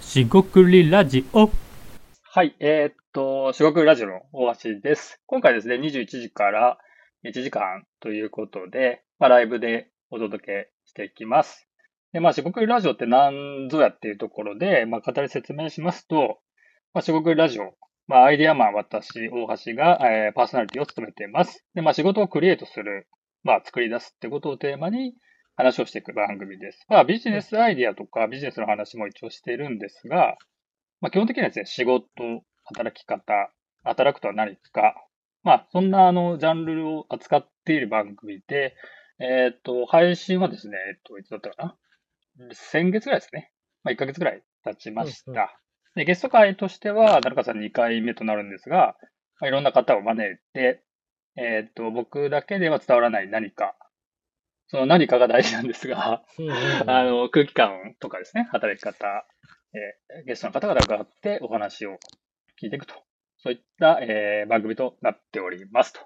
しごくりラジオ。はい、えーっと、四国ラジオの大橋です。今回ですね、21時から1時間ということで、まあ、ライブでお届けしていきます。で、まあ、四国ラジオって何ぞやっていうところで、まあ、語り説明しますと、まあ、四国ラジオ、まあ、アイデアマン私、大橋が、えーパーソナリティを務めています。で、まあ、仕事をクリエイトする、まあ、作り出すってことをテーマに話をしていく番組です。まあ、ビジネスアイデアとかビジネスの話も一応しているんですが、まあ、基本的にはですね、仕事、働き方、働くとは何か、まあ、そんなあの、ジャンルを扱っている番組で、えっ、と、配信はですね、えっ、と、いつだったかな先月ぐらいですね。まあ、1ヶ月ぐらい経ちました。うんうんでゲスト会としては、田中さん2回目となるんですが、まあ、いろんな方を招いて、えっ、と、僕だけでは伝わらない何か、その何かが大事なんですが、あの、空気感とかですね、働き方、えーゲストの方々が伺ってお話を聞いていくと、そういった、えー番組となっておりますと。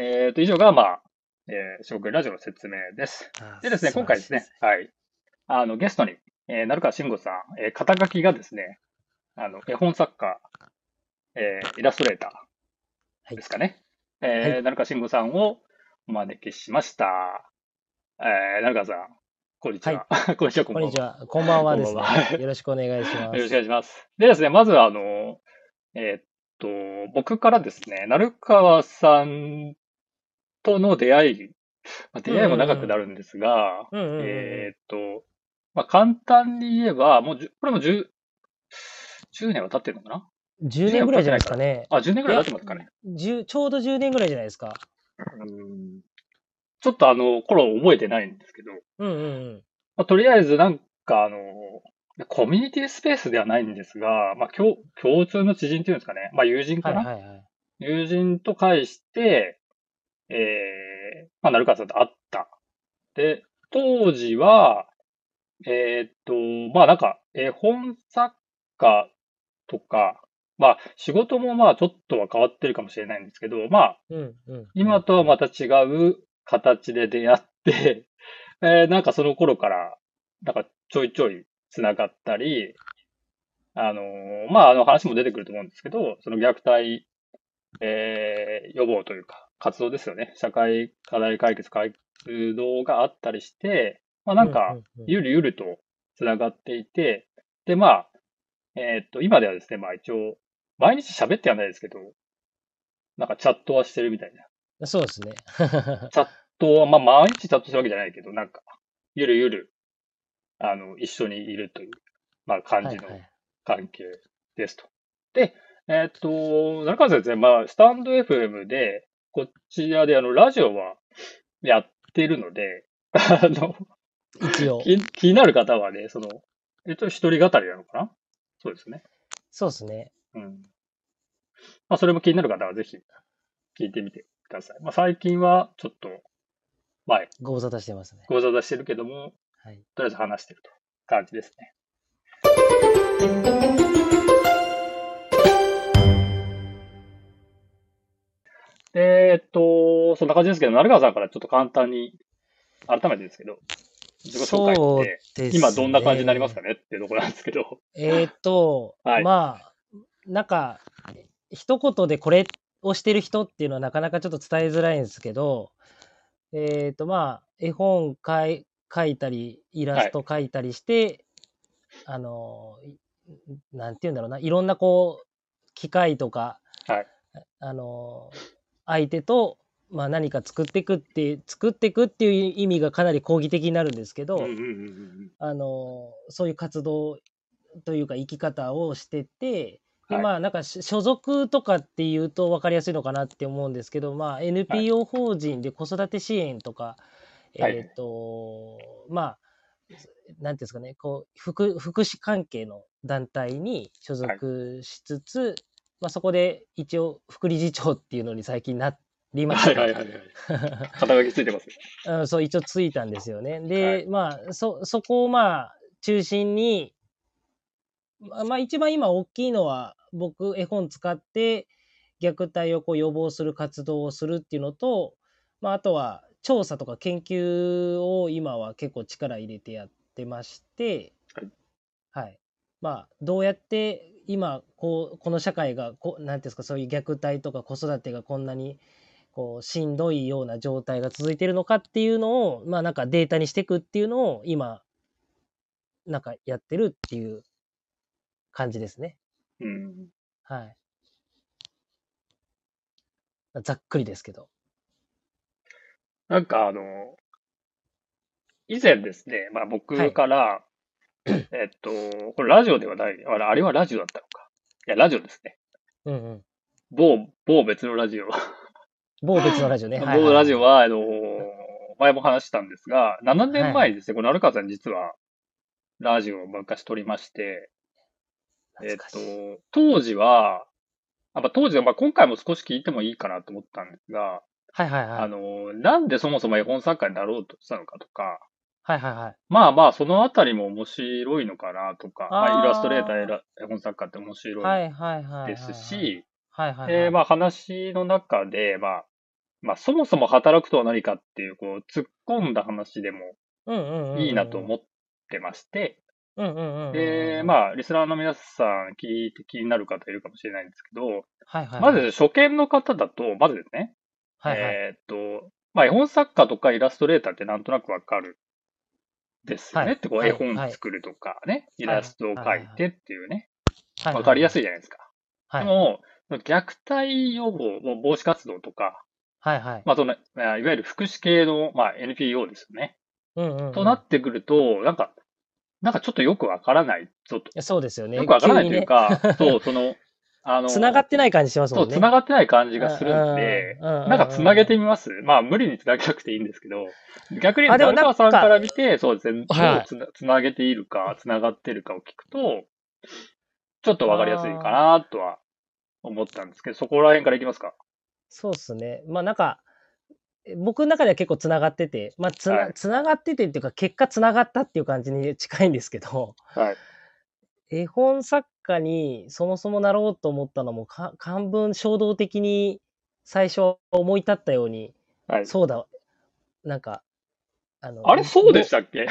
えっ、と、以上が、まあ、えー、四国ラジオの説明です。でですね、今回ですね、はい。あの、ゲストに、えー、成川慎吾さん、えー肩書きがですね、あの、絵本作家、えーイラストレーターですかね。えーは成川慎吾さんをお招きしました。えー、成川さん、こんにちは。 こんにちは、こんこばんんは。にちは。こんばんはですこんばんは ね。よろしくお願いしまよろしくおす。願いします。でですね、まずあの、えーっと、僕からですね、成川さんとの出会い、まあ出会いも長くなるんですが、うんうんうんえーっと、まあ、簡単に言えば、もうじゅ、これも10、10年は経ってるのかな10年ぐらいじゃないですかね。あ、10年ぐらい経ってますかね。 10ちょうど10年ぐらいじゃないですか。うんちょっとあの、頃を覚えてないんですけど、うんうんうん。まあ、とりあえずなんかあの、コミュニティスペースではないんですが、まあ、共共通の知人っていうんですかね。まあ、友人かはいな、はいはい。友人と介して、えー、まあ、成川さんと会った。で、当時は、えーっと、まあなんか、絵本作家とか、まあ仕事もまあちょっとは変わってるかもしれないんですけど、まあうんうん。今とはまた違う形で出会って、 えーなんかその頃から、なんかちょいちょい繋がったり、あのーまあ、あの話も出てくると思うんですけど、その虐待、えー予防というか、活動ですよね。社会課題解決活動があったりして、まあなんか、ううゆるゆると繋がっていて、で、まあ、えーっと、今ではですね、まあ一応、毎日喋ってはないですけど、なんかチャットはしてるみたいな。うんそうですね。チャットは、まあ、毎日チャットするわけじゃないけど、なんか、ゆるゆる、あの、一緒にいるという、まあ、感はじいのはい関係ですと。で、えーっと、成川さんですね、まあ、スタンド FM で、こちらで、あの、ラジオはやってるので、あの、一応。気気になる方はね、その、えっと、一人語りなのかなそうですね。そうですね。うん。まあ、それも気になる方はぜひ聞いてみてください。まあ、最近はちょっと、前、ご無沙汰してますね。ご無沙汰してるけども、はい。とりあえず話してると感じですね。でえっと、そんな感じですけど、成川さんからちょっと簡単に、改めてですけど、自己紹介そうって、ですね今どんな感じになりますかねっていうところなんですけど。えーっと、はいまあ、なんか、一言でこれをしてる人っていうのはなかなかちょっと伝えづらいんですけど、えーっと、まあ、絵本かい書いたり、イラスト書いたりして、あの、いなんて言うんだろうな、いろんなこう、機械とか、はいあの、相手と、まあ、何か作っていくって、作っていくっていう意味がかなり講義的になるんですけど、うんうんうんうんあのそういう活動というか生き方をしてて、はいでまあなんかし所属とかっていうと分かりやすいのかなって思うんですけど、まあ、NPO 法人で子育て支援とか、はいえっ、とまあなんていうんですかねこう福福祉関係の団体に所属しつつ、まあ、そこで一応副理事長っていうのに最近なりうん。ましはたいはいはいはい。肩書きついてますね。うん、そう、一応ついたんですよね。で、はいまあ、そ、そこをまあ、中心に、まあ、まあ一番今大きいのは、僕、絵本使って、虐待をこう予防する活動をするっていうのと、まあ、あとは、調査とか研究を今は結構力入れてやってまして、はいはい。まあ、どうやって今こうこの社会がこうなんていうんですかそういう虐待とか子育てがこんなにこうしんどいような状態が続いてるのかっていうのを、まあ、なんかデータにしていくっていうのを今なんかやってるっていう感じですね。うん。はい。ざっくりですけど。なんかあの、以前ですね、まあ僕から、えっと、これラジオではない、あれあれはラジオだったのか。いや、ラジオですね。うんうん。某、某別のラジオ。某別のラ ジオね。はいはい某ラジオは、あのー前も話したんですが、7年前にですね、この荒川さん実は、ラジオを昔撮りまして、えっ懐かしいと、当時は、あまあ当時は、まあ、今回も少し聞いてもいいかなと思ったんですが、はいはいはい。あのーなんでそもそも絵本作家になろうとしたのかとか、はいはいはい。まあまあ、そのあたりも面白いのかなとか、まああ、ーイラストレーターやら、絵本作家って面白はいいはいはい。ですし、はいはいはい、えーまあ話の中で、まあ、まあそもそも働くとは何かっていう、こう、突っ込んだ話でもうんうんうんうんいいなと思ってまして、うんうんうんうん。で、あ、まあ、リスナーの皆さん聞いて気になる方いるかもしれないんですけど、はいはい、まず、初見の方だと、まずですね、はいはい、えーっと、まあ絵本作家とかイラストレーターってなんとなくわかる。ですよね、はいってこうはい絵本作るとかね、イラストを描いてっていうね、はわかりやすい。いじゃないですか。はでいも、虐待予防、防止活動とか、はいはい。まあ、その、えーいわゆる福祉系の、まあ、NPO ですよね。うんうんうんとなってくると、なんか、なんかちょっとよくわからないぞと。いやそうですよね。よくわからないというか、急にねそう、その、あの、つながってないい感じしますそもう、んね。つなががってない感じがするんで、、なんかつなげてみますまあ、無理につなげなくていいんですけど、逆に、あでも成なんか川さんから見て、そうですね、どはういつなつなげているか、つながっているかを聞くと、ちょっとわかりやすいかなとは思ったんですけど、そこら辺からいきますか。そうですね。まあなんか、僕の中では結構つながってて、まあつな,、はいつながっててっていうか、結果つながったっていう感じに近いんですけど、はい。絵本作家にそもそもなろうと思ったのもか、漢文衝動的に最初思い立ったように、はい。そうだ、なんか、あの、あれ、そうでしすたっ け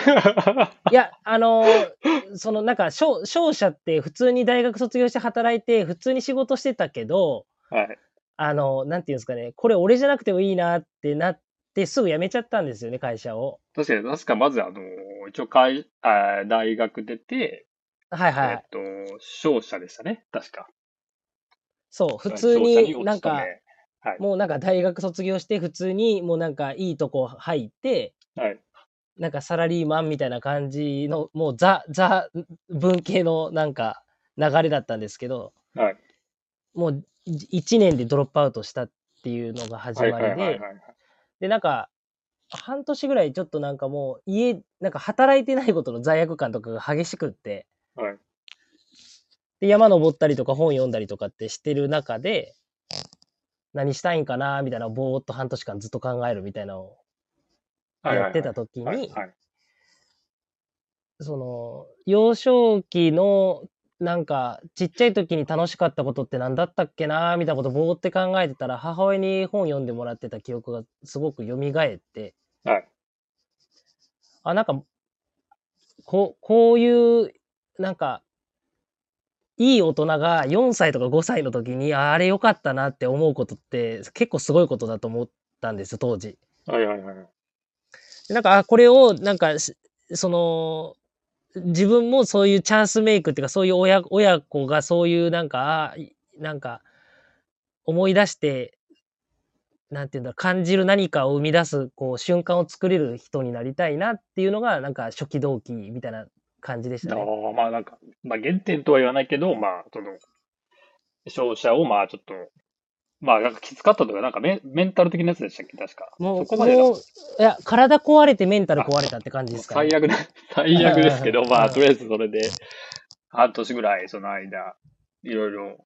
いや、あのーそのなんか、商商社って普通に大学卒業して働いて、普通に仕事してたけど、はい。あのーなんていうんですかね、これ俺じゃなくてもいいなってなって、すぐ辞めちゃったんですよね、会社を。確かに、確かまず、あの、一応かいあー、大学出て、はいはい。えっと、商社でしたね、確か。そう、普通商社お勤にめなんか、もうなんか大学卒業して、普通にもうなんかいいとこ入って、はい。なんかサラリーマンみたいな感じの、もうザ、ザ、文系のなんか流れだったんですけど、はい。もう1年でドロップアウトしたっていうのが始はいまはりで、いはいはい。で、なんか、半年ぐらいちょっとなんかもう家、なんか働いてないことの罪悪感とかが激しくって、はいで、山登ったりとか本読んだりとかってしてる中で、何したいんかなみたいな、ぼーっと半年間ずっと考えるみたいなのをはいやってはた時いはいには、いその、幼少期の、なんか、ちっちゃい時に楽しかったことって何だったっけなみたいなことぼーって考えてたら、母親に本読んでもらってた記憶がすごく蘇って、はいあ、なんか、こう、こういう、なんか、いい大人が4歳とか5歳の時に、ああれ良かったなって思うことって結構すごいことだと思ったんですよ、当時。はいはいはいはい。でなんか、あこれを、なんかし、その、自分もそういうチャンスメイクっていうか、そういう親親子がそういうなんか、あいなんか、思い出して、なんていうんだろう、感じる何かを生み出す、こう、瞬間を作れる人になりたいなっていうのが、なんか、初期動機みたいな感じでしたあね。ーまあなんか、まあ原点とは言わないけど、まあ、その、商社をまあちょっと、まあなんかきつかったとか、なんかメメンタル的なやつでしたっけ、確か。も、そうこまでなもう、いや、体壊れてメンタル壊れたって感じですかね。最悪な、 最悪ですけうど、んまあ、とりあえずそれで、半年ぐらい、その間、いろいろ、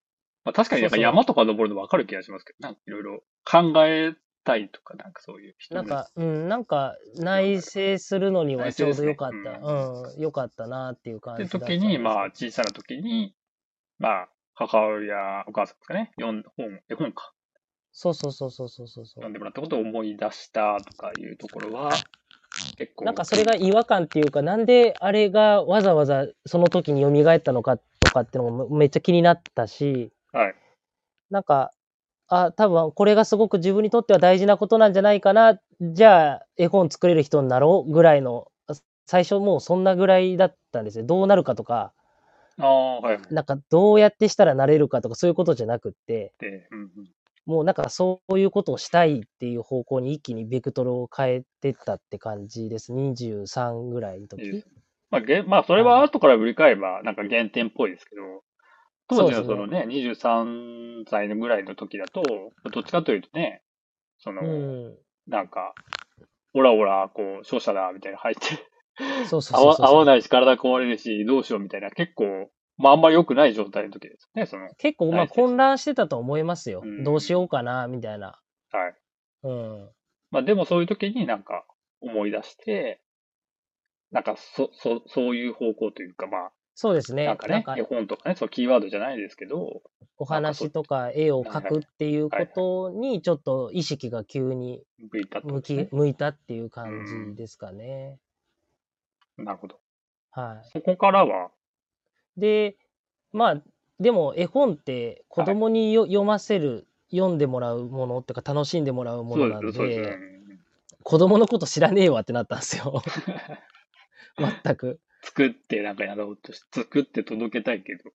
まあ確かになんかそうそう山とか登るの分かる気がしますけど、なんかいろいろ考えたいとか、なんかそういう人なんのか、うん、なんか、内省するのにはちょうど良かっ内省ですた。ねうん、良かったなっていう感でじだったん時ですけに、どまあ、小さな時に、まあ、母親、お母さんですかね、読ん本、絵本か、そうそうそうそうそうそうそ読んう。でもらったことを思い出したとかいうところは、結構。なんかそれが違和感っていうか、なんであれがわざわざその時に蘇ったのかとかってのもめめっちゃ気になったし、はいなんか、あ、多分これがすごく自分にとっては大事なことなんじゃないかな、じゃあ絵本作れる人になろうぐらいの、最初もうそんなぐらいだったんですよ。どうなるかとか、ああ、はい。なんかどうやってしたらなれるかとかそういうことじゃなくって、で、うんうん。もうなんかそういうことをしたいっていう方向に一気にベクトルを変えてったって感じです。23ぐらいのいい時。ですまあ、げまあ、それは後から振り返れば、なんか原点っぽいですけど、当時のそそうでのね、23歳ぐらいの時だと、どっちかというとね、その、うん。なんか、オラオラ、こう、勝者だ、みたいな入って、そう そう合そうわそう合わないし、体壊れるし、どうしようみたいな、結構、まあ、あんま良くない状態の時ですね、その、はい。結構まないあですね混乱してたと思いますよ。うんどうしようかな、みたいな。うん。まあ、でもそういう時になんか思い出して、なんか、そ、そ、そういう方向というか、まあ、そうですね。ななんんかか,、ね、絵本とかね、そのキーワードじゃないですけど、お話とか絵を描くっていうことにちょっと意識が急に向いたってこ向とですねき、向いたっていう感じですかね。なるほど。はそこからは、い。で、まあ、でも絵本って子供によ、読ませる、読んでもらうものっていうか楽しんでもらうもそのうでなんすね、で、そうですね。子供のこと知らねえわってなったんです よ。全く。作って、なんかやろうとし、作って届けたいけど。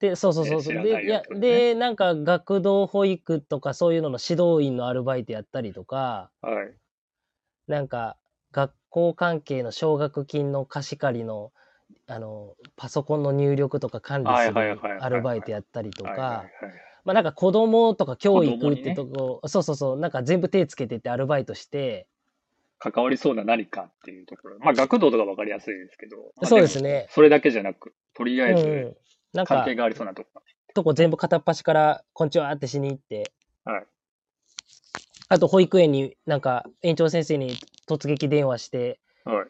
で、そうそうそうね知そう。らなで、いいややつを、ねで、なんか学童保育とかそういうのの指導員のアルバイトやったりとか、はい。なんか学校関係の奨学金の貸し借りの、あの、パソコンの入力とか管理はいすはいはいはいはいるアルバイトやったりとはいはいはかい、まあなんか子供とか教子供育っにねてとこ、そうそうそう、なんか全部手つけてってアルバイトして、関わりそうな何かっていうところ。まあ、学童とかわかりやすいですけど。まあそうです。もね。それだけじゃなく、とりあうんえず、うん。なん関か係、がありそうなところ。とこ全部片っ端から、こんにちはってしに行って。はいあと、保育園になんか、園長先生に突撃電話して、はい。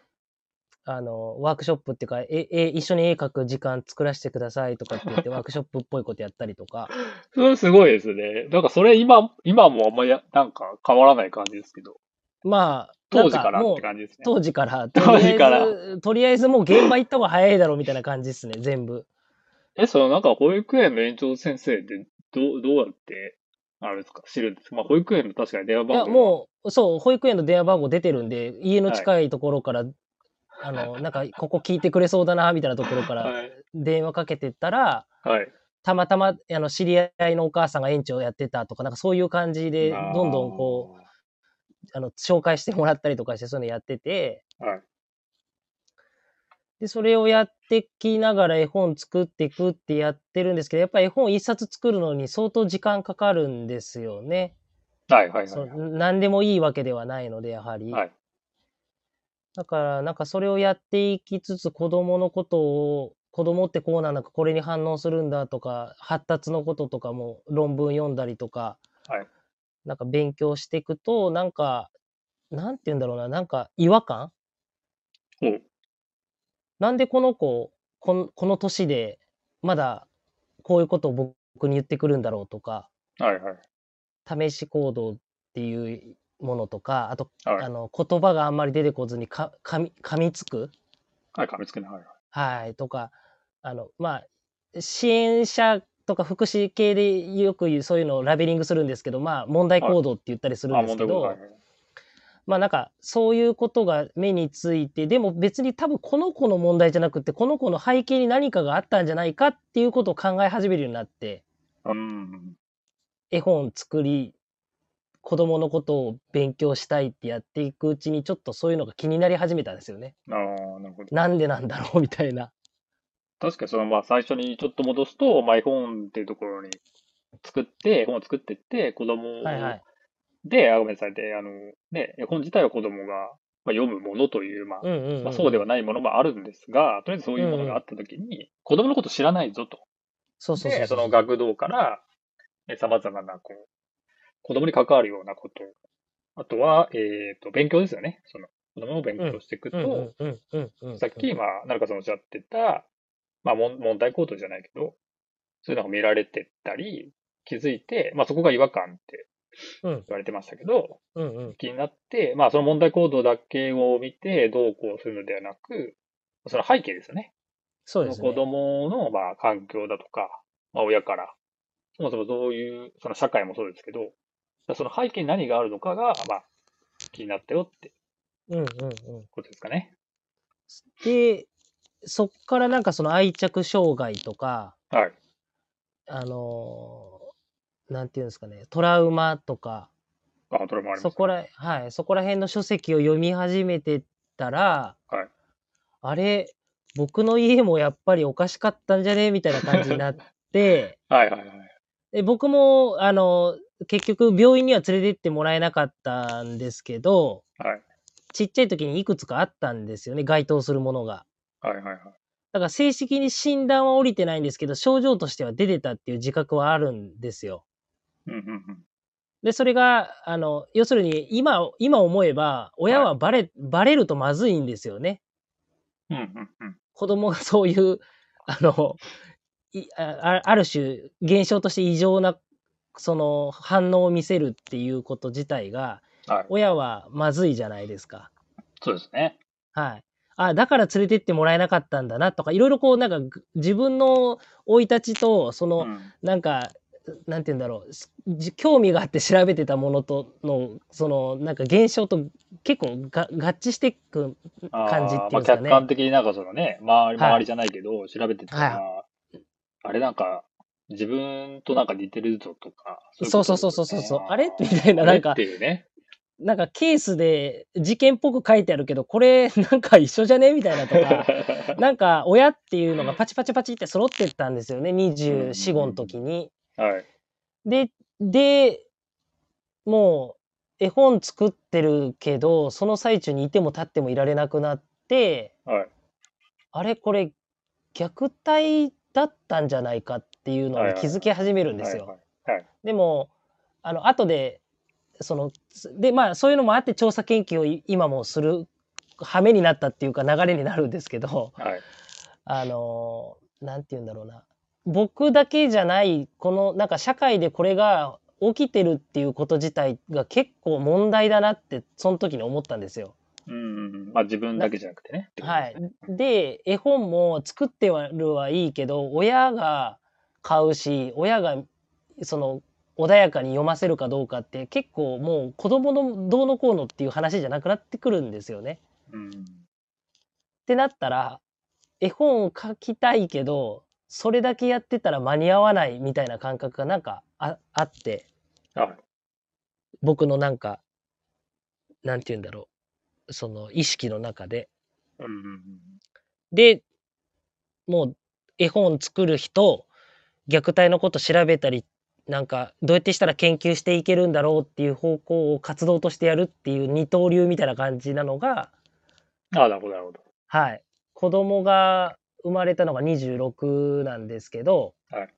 あの、ワークショップっていうか、え、え、一緒に絵描く時間作らせてくださいとかって 言って、ワークショップっぽいことやったりとか。それすごいですね。なんかそれ今、今もあんまりや、なんか変わらない感じですけど。まあ、当時からなんっもうて感じですね。当時から、当時かとらりあえず、とりあえずもう現場行った方が早いだろうみたいな感じですね、全部。え、そのなんか保育園の園長先生ってどう、どうやって、あれですか、知るんですかまあ保育園の確かに電話い番や、号。もう、そう、保育園の電話番号出てるんで、家の近いところから、あの、なんか、ここ聞いてくれそうだな、みたいなところから、はい。電話かけてったら、はい。たまたまあの知り合いのお母さんが園長やってたとか、なんかそういう感じで、あーどんどんこう、あの、紹介してもらったりとかして、そういうのやってて、はいで、それをやってきながら絵本作っていくってやってるんですけど、やっぱり絵本一冊作るのに相当時間かかるんですよね。はいはいそはう何でもいいわけではないので、やはり。い。はい。だから、なんかそれをやっていきつつ、子供のことを、子供ってこうなんだか、これに反応するんだとか、発達のこととかも論文読んだりとか、はいなんか勉強していくと、なんか、なんて言うんだろうな、なんか違和感ほう。なんでこの子、このこの年で、まだこういうことを僕に言ってくるんだろうとか、はいはい。試し行動っていうものとか、あと、はいあの言葉があんまり出てこずにか噛み噛みつくはい、噛みつくな。はいはい。はい、とか、あの、まあ、支援者とか福祉系でよく言うそういうのをラベリングするんですけど、まあ、問題行動って言ったりするんですけあ、問題ど、はいはい。まあ、なんか、そういうことが目について、でも別に多分この子の問題じゃなくて、この子の背景に何かがあったんじゃないかっていうことを考え始めるようになって、うん。絵本作り、子供のことを勉強したいってやっていくうちに、ちょっとそういうのが気になり始めたんですよね。ああ、なるほど。なんでなんだろうみたいな。確かにその、まあ最初にちょっと戻すと、まあ絵本っていうところに作って、絵本を作ってって、子供はいはい。で、あ、ごめんなさい。で、あの、ね、絵本自体は子供が、まあ、読むものという、まあ、うんうんうん、まあ、そうではないものもあるんですが、とりあえずそういうものがあったときに、子供のこと知らないぞと。そうそうそうで、そそうの学童から、さまざまな、こう、子供に関わるようなこと。あとは、えっ、と、勉強ですよね。その、子供を勉強していくと、うんうんうんうんさっき、まあ、なんかそのおっしゃってた、まあ、問問題行動じゃないけど、そういうのが見られてたり、気づいて、まあ、そこが違和感ってうん。言われてましたけど、うんうん。気になって、まあその問題行動だけを見てどうこうするのではなく、その背景ですよね。そうです子ね。供のまあ環境だとか、まあ親から、そもそもどういう、その社会もそうですけど、その背景に何があるのかが、まあ気になったよってうんうんうん。ことですかね。で、そっからなんかその愛着障害とか、はい。あのーなんていうんですかね、トラウマとか、あ、トラもあります、そこら、はい、そこら辺の書籍を読み始めてたら、はいあれ、僕の家もやっぱりおかしかったんじゃねみたいな感じになって、はいはいはい。で僕も、あの、結局病院には連れてってもらえなかったんですけど、はいちっちゃい時にいくつかあったんですよね、該当するものが。はいはいはい。だから正式に診断は降りてないんですけど、症状としては出てたっていう自覚はあるんですよ。うんうんうん。で、それが、あの、要するに、今、今思えば、親はバレ、バレるとまずいんですよね。うんうんうん。子供が そういう、あの、いあある種、現象として異常な、その、反応を見せるっていうこと自体が、はい親はまずいじゃないですか。そうですね。はい。あ、だから連れてってもらえなかったんだなとか、いろいろこう、なんかぐ、自分の生い立ちと、その、うんなんか、なんて言うんだろうすじ、興味があって調べてたものとの、その、なんか現象と結構が合致してく、感じっていうんですかねあーまあ、客観的になんかそのね、周り、はい周りじゃないけど、調べてたら、あれなんか、自分となんか似てるぞとか。いことそうそうそうそうそうですねあれみたいなあれなんかっていう ね。なんかケースで事件っぽく書いてあるけど、これなんか一緒じゃねみたいなと か、なんか親っていうのがパチパチパチって揃ってったんですよね、24、5の時に。はい。で、で、もう絵本作ってるけど、その最中にいても立ってもいられなくなって、はい。あれこれ虐待だったんじゃないかっていうのはにいはいはい気づき始めるんですよ。はいでもあの後でそのつでまあそういうのもあって調査研究をい今もする羽目になったっていうか流れになるんですけどはい。はい。あのなんて言うんだろうな僕だけじゃないこのなんか社会でこれが起きてるっていうこと自体が結構問題だなってその時に思ったんですよ。うん。まあ自分だけじゃなくてね。ってことはでいすね。で絵本も作ってはるはいいけど親が買うし親がその穏やかに読ませるかどうかって結構もう子供のどうのこうのっていう話じゃなくなってくるんですよね。うん。ってなったら絵本を書きたいけどそれだけやってたら間に合わないみたいな感覚がなんかああってはい。僕のなんかなんて言うんだろうその意識の中で。うんうんうん。で、もう絵本作る人、虐待のこと調べたり、なんかどうやってしたら研究していけるんだろうっていう方向を活動としてやるっていう二刀流みたいな感じなのが、ああ、なるほど、なるほど。はい。子供が生まれたのが26なんですけど、はい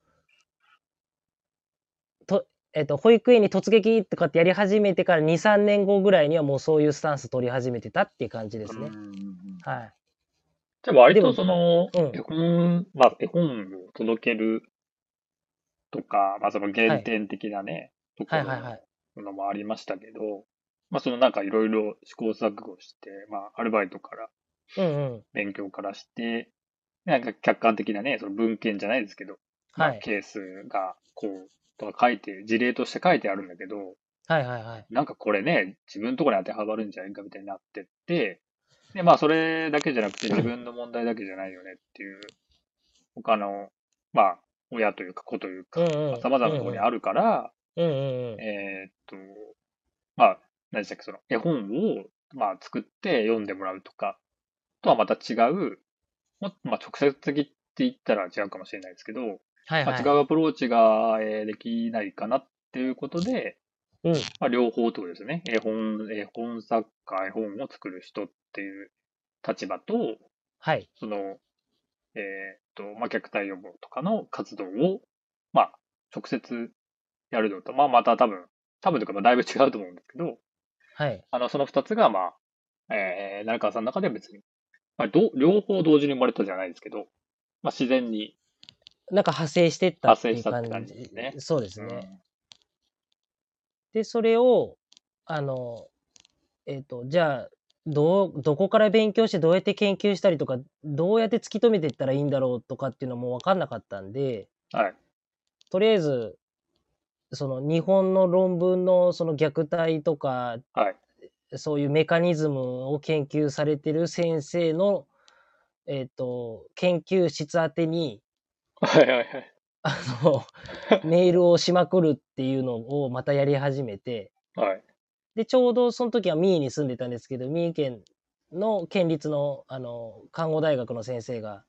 とえっと、保育園に突撃とかってやり始めてから2、3年後ぐらいにはもうそういうスタンス取り始めてたっていう感じですねうん。うんうんはい。じゃあ割とそのでもう、ん絵本、まあ絵本を届けるとか、まあその原点的なね、とこはいろはいはい。ののもありましたけど、まあそのなんかいろいろ試行錯誤して、まあアルバイトかうらんうん。勉強からして、なんか客観的なね、その文献じゃないですけど、まあはい。ケースがこう、とか書いて、事例として書いてあるんだけど、はいはいはい。なんかこれね、自分のところに当てはまるんじゃないかみたいになってって、で、まあそれだけじゃなくて自分の問題だけじゃないよねっていう、他の、まあ、親というか子というか、まあ様々なところにある。るから、うんうんうん。えーっと、まあ、何でしたっけ、その絵本を、まあ、作って読んでもらうとか、とはまた違う、もっとまあ、直接的って言ったら違うかもしれないですけど、はいまあ、はい。違うアプローチが、えーできないかなっていうことで、うんまあ、両方ってことですよね。絵本、絵本作家、絵本を作る人っていう立場と、はい。その、えーっと、まあ、虐待予防とかの活動を、まあ、直接やるのと、まあ、また多分、多分というか、まあ、だいぶ違うと思うんですけど、はい。あの、その二つが、まあ、えー、成川さんの中では別に、まあ、どう両方同時に生まれたじゃないですけど、まあ、自然に、なんか派生してったっていう派生したっ感て感じですねじ。そうですうんね。で、それを、あの、えっ、と、じゃあ、どう、どこから勉強して、どうやって研究したりとか、どうやって突き止めていったらいいんだろうとかっていうのも分かんなかったんで、はい。とりあえず、その日本の論文のその虐待とか、はいそういうメカニズムを研究されてる先生の、えっ、と、研究室宛てに、はいはいはい。あ の、メールをしまくるっていうのをまたやり始めて、はい。で、ちょうどその時は三重に住んでたんですけど、三重県の県立の、あの、看護大学の先生が、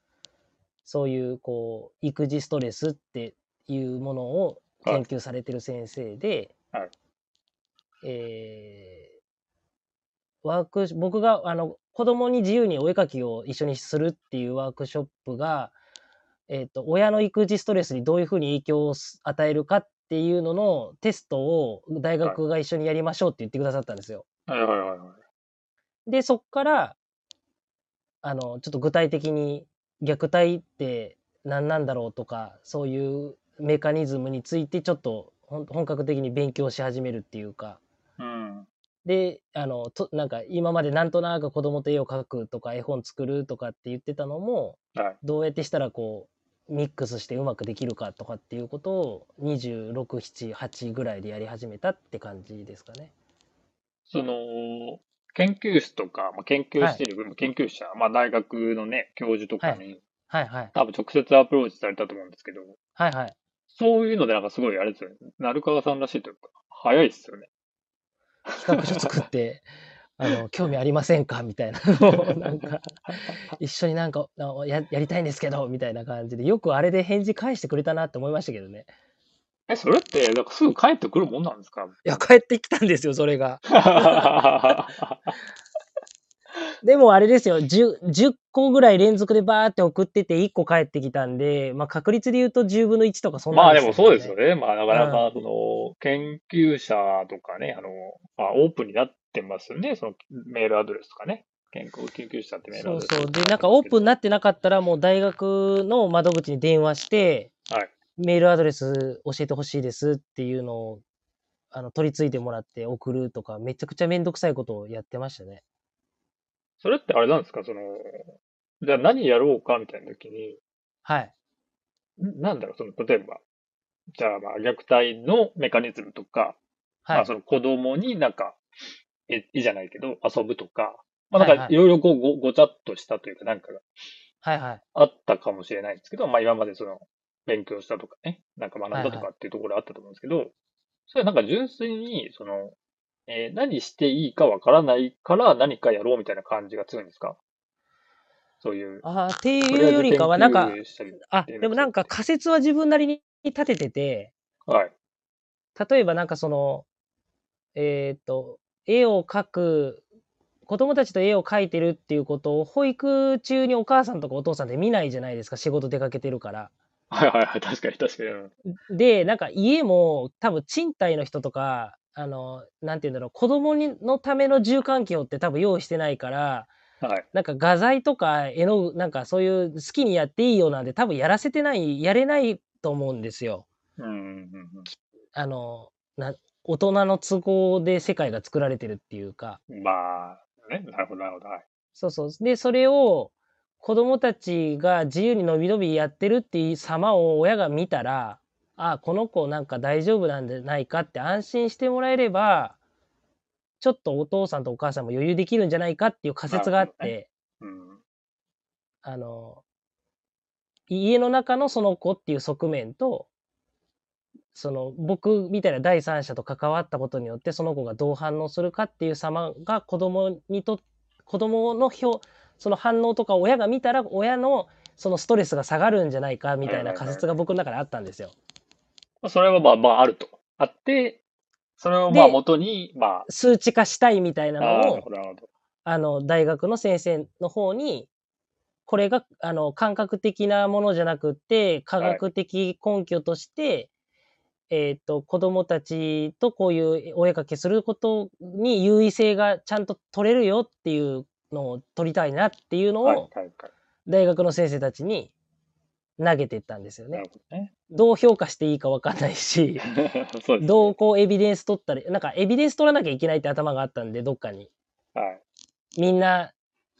そういう、こう、育児ストレスっていうものを研究されてる先生で、はいえーワーク、僕が、あの、子供に自由にお絵描きを一緒にするっていうワークショップが、えっ、と、親の育児ストレスにどういうふうに影響をす与えるかっていうののテストを大学が一緒にやりましょうって言ってくださったんですよ。はいはいはいはい。で、そっから、あの、ちょっと具体的に虐待って何なんだろうとか、そういうメカニズムについてちょっとほん本格的に勉強し始めるっていうか、うん。で、あの、となんか今までなんとなく子供と絵を描くとか絵本作るとかって言ってたのも、はい。どうやってしたらこう、ミックスしてうまくできるかとかっていうことを26、7、8ぐらいでやり始めたって感じですかね。その、研究室とか、まあ、研究してる、研究者、まあ大学のね、教授とかに、はいはい。多分直接アプローチされたと思うんですけど、はいはい。そういうのでなんかすごいあれですよね。成川さんらしいというか、早いですよね。企画書作 って、あの、興味ありませんかみたいなのを、なんか、一緒になんかあのや、やりたいんですけど、みたいな感じで、よくあれで返事返してくれたなって思いましたけどね。え、それって、なんかすぐ帰ってくるもんなんです かいや、帰ってきたんですよ、それが。はでもあれですよ、10, 10個ぐらい連続でバーって送ってて、1個返ってきたんで、まあ確率で言うと10分の1とかそんまなあんでもそうですよね。ね。まあなかなうかん、その、研究者とかね、あの、まあオープンになってますよね。そのメールアドレスとかね。健康研究者ってメールアそドうレス。そう。で、なんかオープンになってなかったら、もう大学の窓口に電話して、はいメールアドレス教えてほしいですっていうのを、あの、取り付いてもらって送るとか、めちゃくちゃめんどくさいことをやってましたね。それってあれなんですかその、じゃあ何やろうかみたいな時に、はい。んなんだろう、その、例えば、じゃあまあ虐待のメカニズムとか、はまあ、いそ。の子供になんか、え、いいじゃないけど、遊ぶとか、まあなんはいかはいいろいろこうご、ごちゃっとしたというかなんかがはいはい。あったかもしれないんですけど、まあ今までその、勉強したとかね、なんか学んだとはいかっていうところあったと思うんですけど、それはなんか純粋に、その、えー何していいかわからないから何かやろうみたいな感じが強いんですかそういう。ああ、っていうよりかは、なんかとりあえず、研究したりあ、でもなんか仮説は自分なりに立ててて、はい。例えばなんかその、えっ、と、絵を描く、子供たちと絵を描いてるっていうことを保育中にお母さんとかお父さんって見ないじゃないですか、仕事出かけてるから。はいはいはい。確かに確かに。うんで、なんか家も多分賃貸の人とか、あの、なんて言うんだろう、子供にのための住環境って多分用意してないから、はい。なんか画材とか絵の具、なんかそういう好きにやっていいようなんで多分やらせてない、やれないと思うんですよ。うんうんうんうん。あの、な大人の都合で世界が作られてるっていうか。まあ、ね、なるほど、なるほど。はい。そうそう。で、それを子供たちが自由にのびのびやってるっていう様を親が見たら、あ、この子なんか大丈夫なんじゃないかって安心してもらえれば、ちょっとお父さんとお母さんも余裕できるんじゃないかっていう仮説があっなるほどて、うん。あの、家の中のその子っていう側面と、その僕みたいな第三者と関わったことによってその子がどう反応するかっていう様が子供にと子供の表その反応とか親が見たら親のそのストレスが下がるんじゃないかみたいな仮説が僕の中であったんですよ。まあそれはまあまああると。あって、それをまあで元に、ま数値化したいみたいあ、なああ、のなをるほど、なるほど。あの、大学の先生の方に、これが、あの、感覚的なものじゃなくて、科学的根拠として、えっ、と、子供たちとこういうお絵かけすることに優位性がちゃんと取れるよっていうのを取りたいなっていうのはい、はを、い、はい。大学の先生たちに投げてったんですよなねる。ほどね。 どう評価していいか分かんないし、そうです。どうこうエビデンス取ったり、なんかエビデンス取らなきゃいけないって頭があったんで、どっかに。はい。 みんな、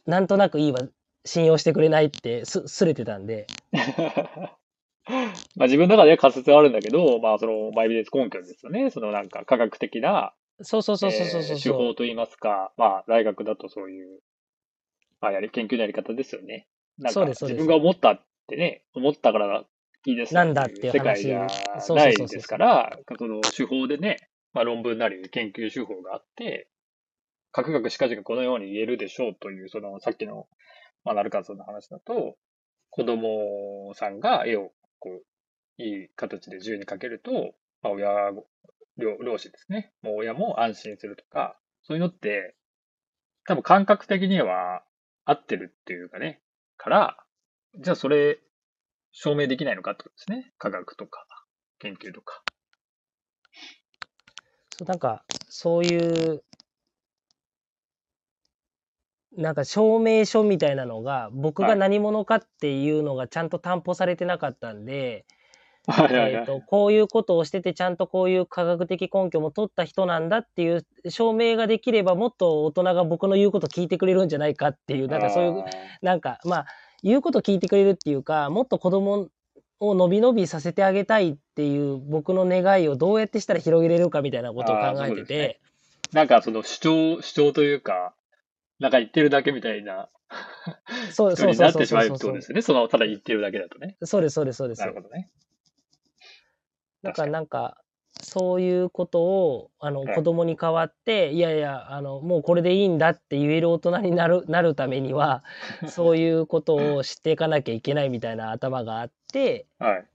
なんとなくいいわ、信用してくれないってす、すれてたんで、まあ自分の中では仮説はあるんだけど、まあその、まあエビデンス根拠ですよね。そのなんか科学的な、そうそうそうそうそうえそうー手法といいますか、まあ大学だとそういう、まあやり、研究のやり方ですよね。なんかそうですそう自です分が思ったってね、思ったからいいですなんだっていう世界話じゃそうそうそうそうないですから、その手法でね、まあ論文なり研究手法があって、各学しかじかこのように言えるでしょうという、そのさっきの、まあなるかその話だと、子供さんが絵をこう、いい形で自由に描けると、まあ親ご、両両親ですね。もう親も安心するとか、そういうのって、多分感覚的には合ってるっていうかね、から、じゃあそれ証明できないのかってことですね。科学とか研究とか。そうなんか、そういう、なんか証明書みたいなのが、僕はがい何者かっていうのがちゃんと担保されてなかったんで、はいはいえはーい。とこういうことをしてて、ちゃんとこういう科学的根拠も取った人なんだっていう証明ができれば、もっと大人が僕の言うこと聞いてくれるんじゃないかっていう、なんかそういう、なんかまあ、言うこと聞いてくれるっていうか、もっと子供を伸び伸びさせてあげたいっていう僕の願いをどうやってしたら広げれるかみたいなことをあー考えそうてですねて、なんかその主張、主張というか、なんか言ってるだけみたいなそう人そうにそなうっそうてしそまううってそうことですよね。その、ただ言ってるだけだとね。そうですそうですそうですなるほどね。だからなんかそういうことをあのはい子供に代わっていやいやあのもうこれでいいんだって言える大人になるなるために はそういうことを知っていかなきゃいけないみたいな頭があってはい。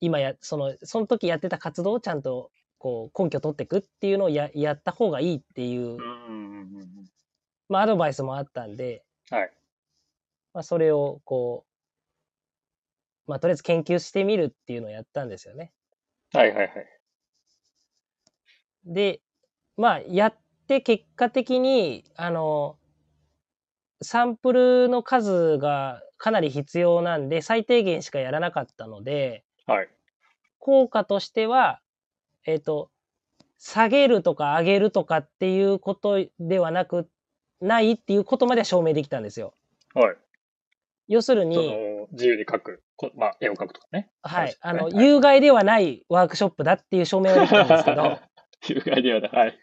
今やそのその時やってた活動をちゃんとこう根拠取っていくっていうのをややった方がいいっていううんうんうんうん。まあ、アドバイスもあったんで、はいまあ、それをこう、まあ、とりあえず研究してみるっていうのをやったんですよね。はいはいはい。で、まあ、やって結果的に、あの、サンプルの数がかなり必要なんで、最低限しかやらなかったので、はい。効果としては、えっ、と、下げるとか上げるとかっていうことではなく、ないっていうことまでは証明できたんですよ。はい。要するそに、の、自由に書く。こまあ、絵を描くとかね。はい。あの、話ですね有害ではないワークショップだっていう証明はできたんですけ ど、有害では ない。はい。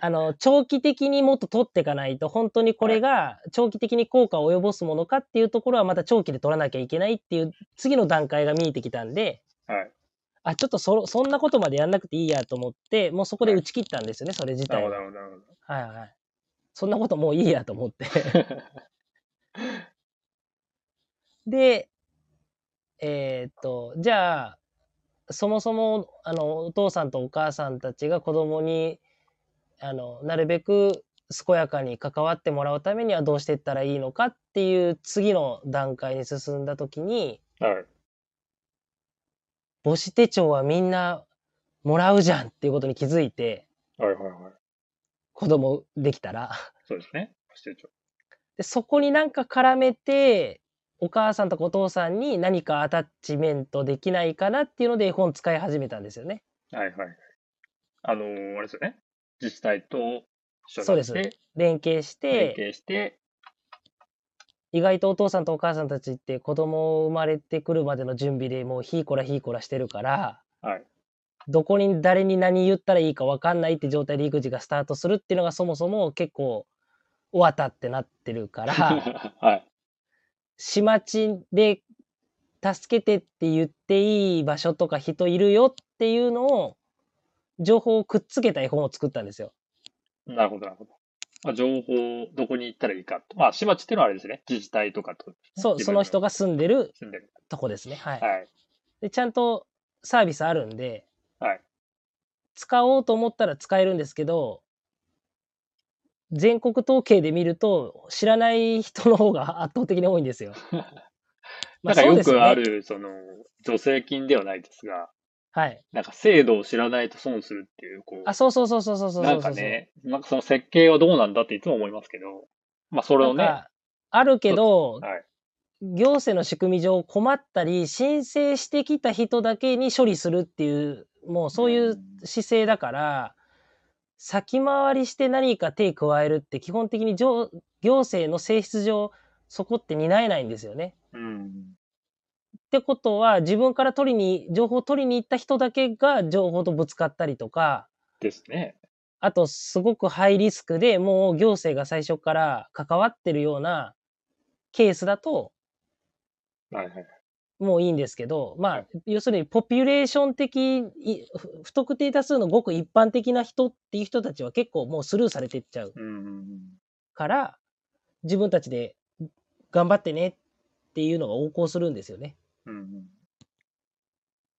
あの、長期的にもっと取っていかないと、本当にこれが長期的に効果を及ぼすものかっていうところは、また長期で取らなきゃいけないっていう、次の段階が見えてきたんで、はい。あ、ちょっとそ、そんなことまでやんなくていいやと思って、もうそこではい打ち切ったんですよね、それ自なる体ほを。ど、はいなるほど、なるほど。はい。そんなこともういいやと思って。で、えーっと、じゃあ、そもそも、あの、お父さんとお母さんたちが子供に、あの、なるべく健やかに関わってもらうためにはどうしていったらいいのかっていう次の段階に進んだときに、はい。母子手帳はみんなもらうじゃんっていうことに気づいて、はいはいはい。子供できたら。そうですね。支長。でそこになんか絡めてお母さんとかお父さんに何かアタッチメントできないかなっていうので絵本使い始めたんですよね。はいはいはい。あのーあれですよね。自治体と一緒にそうなでっすて、連携し連て携して、意外とお父さんとお母さんたちって子供生まれてくるまでの準備でもうひいこらひいこらしてるからはい。どこに誰に何言ったらいいか分かんないって状態で育児がスタートするっていうのがそもそも結構終わったってなってるか らはい。市町で助けてって言っていい場所とか人いるよっていうのを情報をくっつけた絵本を作ったんですよ。なるほど、なるほど。まあ、情報、どこに行ったらいいかと。まあ、市町っていうのはあれですね。自治体とかとそう自そ分のの人が住んでる住んでる。とこですね。はい、はい。でちゃんとサービスあるんで、はい使おうと思ったら使えるんですけど全国統計で見ると知らない人の方が圧倒的に多いんです よ。まなんかよくあ、そうですねる、その、助成金ではないですが、はい。なんか制度を知らないと損するっていう、こう。あそうそうそうそうそうそうそうなんかね、なんかその設計はどうなんだっていつも思いますけど、まあ、それをなね、んかあるけど、はい行政の仕組み上困ったり、申請してきた人だけに処理するっていう、もうそういう姿勢だから、先回りして何か手加えるって基本的に上行政の性質上、そこって担えないんですよね。うん。ってことは自分から取りに情報を取りに行った人だけが情報とぶつかったりとかですね。あとすごくハイリスクでもう行政が最初から関わってるようなケースだとはいはい。もういいんですけどまはあ要するにポピュレーション的いふ不特定多数のごく一般的な人っていう人たちは結構もうスルーされてっちゃううん。から自分たちで頑張ってねっていうのが横行するんですよね。うん。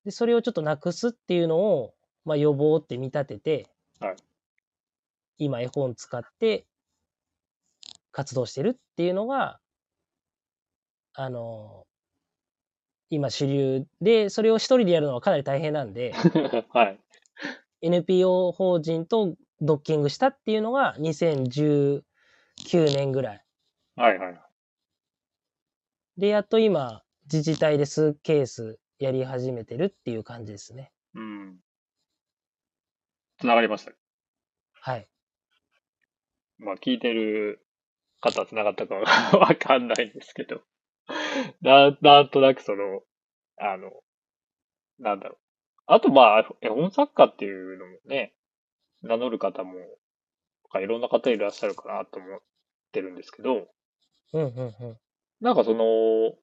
で、それをちょっとなくすっていうのを、まあ、予防って見立てて、はい今絵本使って活動してるっていうのが、あの今主流で、それを一人でやるのはかなり大変なん で、 はい。 NPO 法人とドッキングしたっていうのが2019年ぐらい。はいはい。で、やっと今、自治体で数ケースやり始めてるっていう感じですね。うん。つながりました。はい。まあ、聞いてる方は繋がったかは わかんないんですけど、ななんとなくその、あの、なんだろう。あと、まあ、絵本作家っていうのもね、名乗る方も、なんかいろんな方いらっしゃるかなと思ってるんですけど、うんうんうん。なんかその、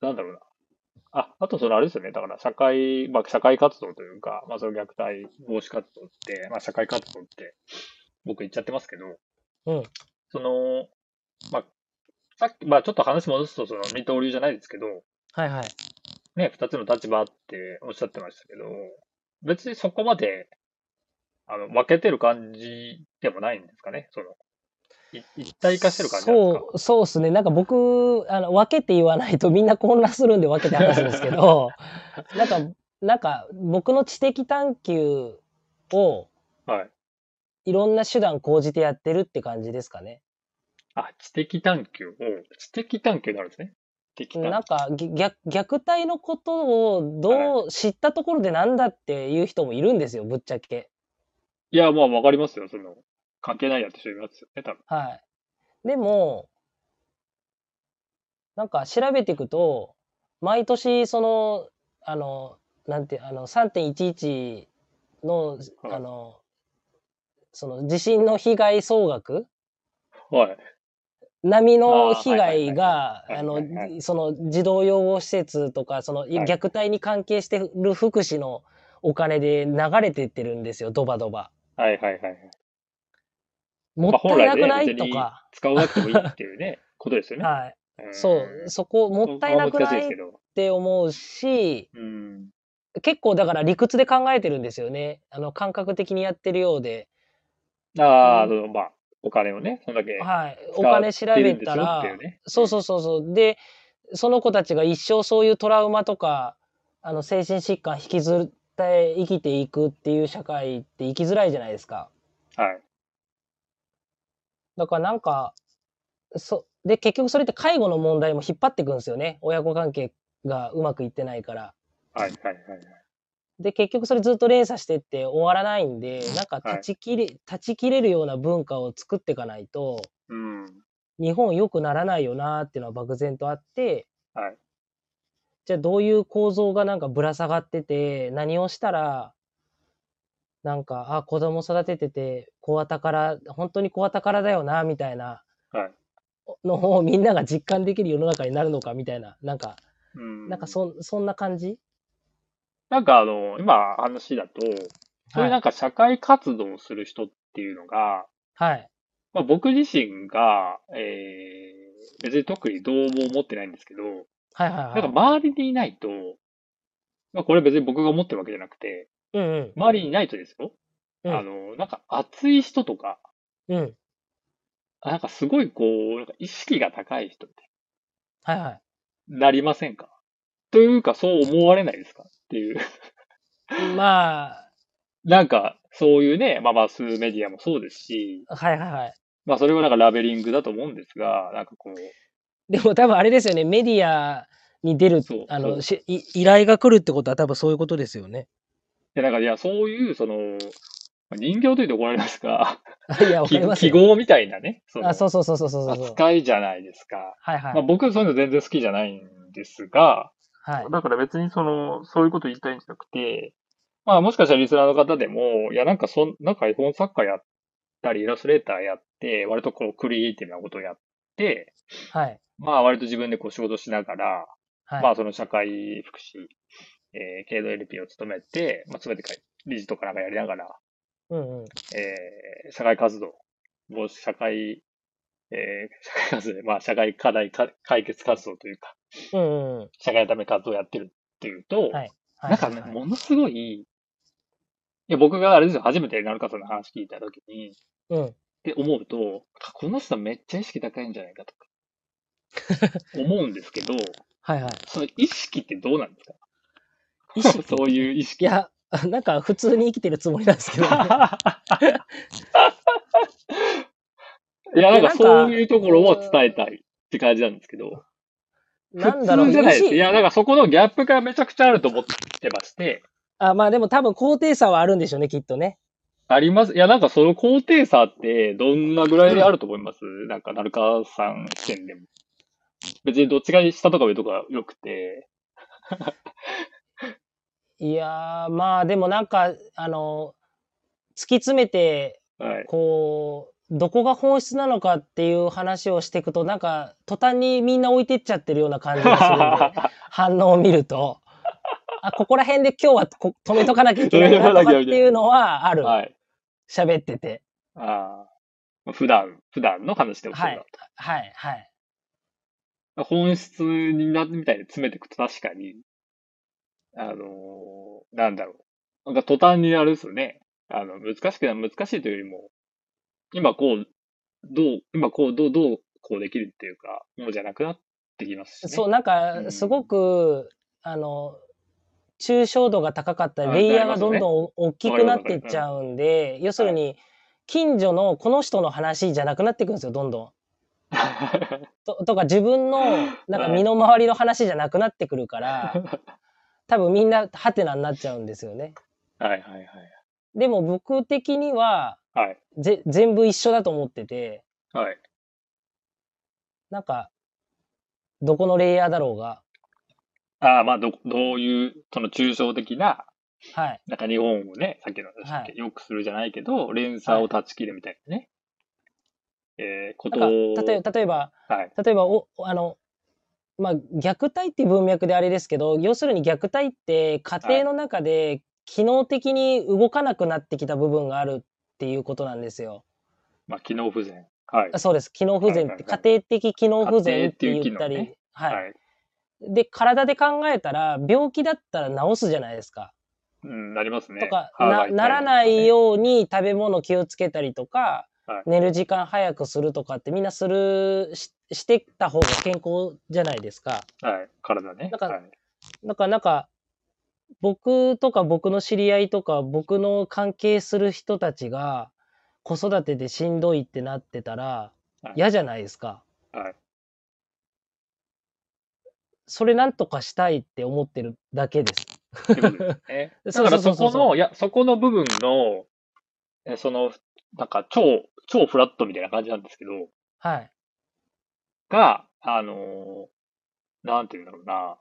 なんだろうな。あ、あとそのあれですよね。だから社会、まあ社会活動というか、まあその虐待防止活動って、まあ社会活動って僕言っちゃってますけど、うんその、まあ、さっき、まあちょっと話戻すとその二刀流じゃないですけど、はいはい。ね、二つの立場っておっしゃってましたけど、別にそこまで、あの、分けてる感じでもないんですかね。その、い一体化してる感じなんですかそう、そうですね。なんか僕、あの、分けて言わないとみんな混乱するんで分けて話すんですけ ど、なんか、なんか僕の知的探求をはい。いろんな手段講じてやってるって感じですかね。あ、知的探求を、知的探求になるんですね。知的探なん求。かぎ虐虐待のことをどう知ったところでなんだっていう人もいるんですよ、ぶっちゃけ。いや、まあ、わかりますよ。その、関係ないやつ知りますよね、多分。はい。でも、なんか調べていくと、毎年その、あの、なんて、あの、3.11の、はいあの、その地震の被害総額はい。並みのあー被害が、はあいはいはいはのいはいは、その児童養護施設とか、そのい虐待に関係してる福祉のお金で流れてってるんですよ、ドバドバ。はいはいはいはい。もっまあ、た本い来なくね、ない別とにか。使わなくてもいいっていうね、 ことですよね。はい。うんそう、そこもったいなくそこは難しないでいすけっど。て思うし、うん。結構だから理屈で考えてるんですよね。あの感覚的にやってるようで。ああ、うんそのまあ、お金をね、そんだけ。はい。使お金調ってるべんでしょたらっていう、ね。そうそうそうそう。で、その子たちが一生そういうトラウマとか、あの精神疾患引きずって生きていくっていう社会って生きづらいじゃないですか。うん。はい。だからなんか、そ、で、結局それって介護の問題も引っ張っていくんですよね。親子関係がうまくいってないから。はいはいはいはい。で、結局それずっと連鎖してって終わらないんで、なんか断ち切れ、断ち切れるような文化を作っていかないと、うん。日本良くならないよなーっていうのは漠然とあって、はいじゃあどういう構造がなんかぶら下がってて、何をしたら、なんか、あ、子供育ててて、子は宝、本当に子は宝だよな、みたいなはい。のをみんなが実感できる世の中になるのか、みたいな、なんか、うん。なんかそん、そんな感じなんかあの、今話だと、そういうなんか社会活動をする人っていうのが、はい。まあ、僕自身が、えー、別に特にどうも思ってないんですけど、はいはいなんかはい。周りにいないと、まあ、これ別に僕が思ってるわけじゃなくて、うんうん。周りにいないとですよ。うんあの、なんか熱い人とか、うん。あなんかすごいこう、なんか意識が高い人ってはいはい。なりませんかというか、そう思われないですかっていう。 まなんか、そういうね、まあマスメディアもそうですし、あ、はいはいはい。まあそれはなんかラベリングだと思うんですが、なんかこう、でも多分あれですよね、メディアに出るそう、あそのうしい依頼が来るってことは多分そういうことですよね。 で、なんか、いや、そういう、その、まあ人形と言って怒られますが、あいや、わかります記よ。号みたいなね、そのあ、そうそうそうそうそうそう。扱いじゃないですか。はいはい。まあ、僕、そういうの全然好きじゃないんですが、はい。だから別にその、そういうこと言いたいんじゃなくて、まあもしかしたらリスナーの方でも、いやなんかそん、なんか絵本作家やったり、イラストレーターやって、割とこうクリエイティブなことをやって、はい。まあ割と自分でこう仕事しながら、はい。まあその社会福祉、えー、経度 LP を務めて、まあ全てか理事とかなんかやりながら、うんうん。えー社会活動、もう社会、えー社会活動、まあ社会課題か解決活動というか、うんうん。社会のため活動をやってるっていうと、はいはいなんかね、ものすごい、いや、僕があれですよ、初めてなるかさんの話聞いたときに、うん。で思うと、この人めっちゃ意識高いんじゃない かとか、思うんですけど、はい はい。その意識ってどうなんですか意 識そういう意識。いや、 なんか普通に生きてるつもりなんですけど、 いや、なんかそういうところをなん伝かえたいって感じなんですけど、なんだろう、普通じゃないです意い識や、なんかそこのギャップがめちゃくちゃあると思ってまして、あまあでも多分高低差はあるんでしょうね、きっとね。あります。いや、なんかその高低差ってどんなぐらいであると思います、なんか、成川さん視点でも。別にどっちが下とか上とか良くて。いやー、まあでもなんか、あの、突き詰めて、 はい。こう、どこが本質なのかっていう話をしていくと、なんか、途端にみんな置いてっちゃってるような感じがするんで、反応を見る と、あ、ここら辺で今日はこ止めとかなきゃいけないなとかっていうのはある。はい。喋ってて。ああ。普段、普段の話でもそうだ。はいはい、はい。本質にな、みたいに詰めていくと確かに、あのーなんだろう。なんか途端にあれですよね。あの、難しくない、難しいというよりも、今こう、どう、今こう、どう、どう、こうできるっていうか、もうじゃなくなってきますし、ね。 そう、うなんうか、んすごく、あの、抽象度が高かったりあレイヤーながりますよどんねどん大きくなっていっちゃうんで、要するに、近所のこの人の話じゃなくなっていくんですよ、どんどん。ととか、自分の、なんかはい身の回りの話じゃなくなってくるから、 多分みんな、ハテナになっちゃうんですよね。はいはいはい。でも、僕的には、はい。ぜ全部一緒だと思ってて、はい。なんか、どこのレイヤーだろうが、ああ、まあ、ど、どういう、その抽象的な、はい、なんか日本をね、さっきの話だっけ、よくするじゃないけど、連鎖を断ち切るみたいなね。えー、ことなんを。か例え例えばはい。例えばおあの、まあ、虐待っていう文脈であれですけど要するに虐待って家庭の中で機能的に動かなくなってきた部分があるっていうことなんですよ。まあ、機能不全。はい。あそうです機能不全ってはい家庭的機能不全って家言庭っていうっ機能たり、ねはいはい。で体で考えたら病気だったら治すじゃないですか。うん、なりますね。とか、歯がな痛ならないとように食べ物気をつけたりとか、はい寝る時間早くするとかってみんなするししてった方が健康じゃないですか。かね。はい。体ね。なんかはい だからなんか僕とか僕の知り合いとか僕の関係する人たちが子育てでしんどいってなってたらはい嫌じゃないですか。はいそれなんとかしたいって思ってるだけです。ってことですねだそうかそらうそそうそうこの、いや、そこの部分の、えその、なんか超、超フラットみたいな感じなんですけど、はい。が、あのーなんていうんだろうな。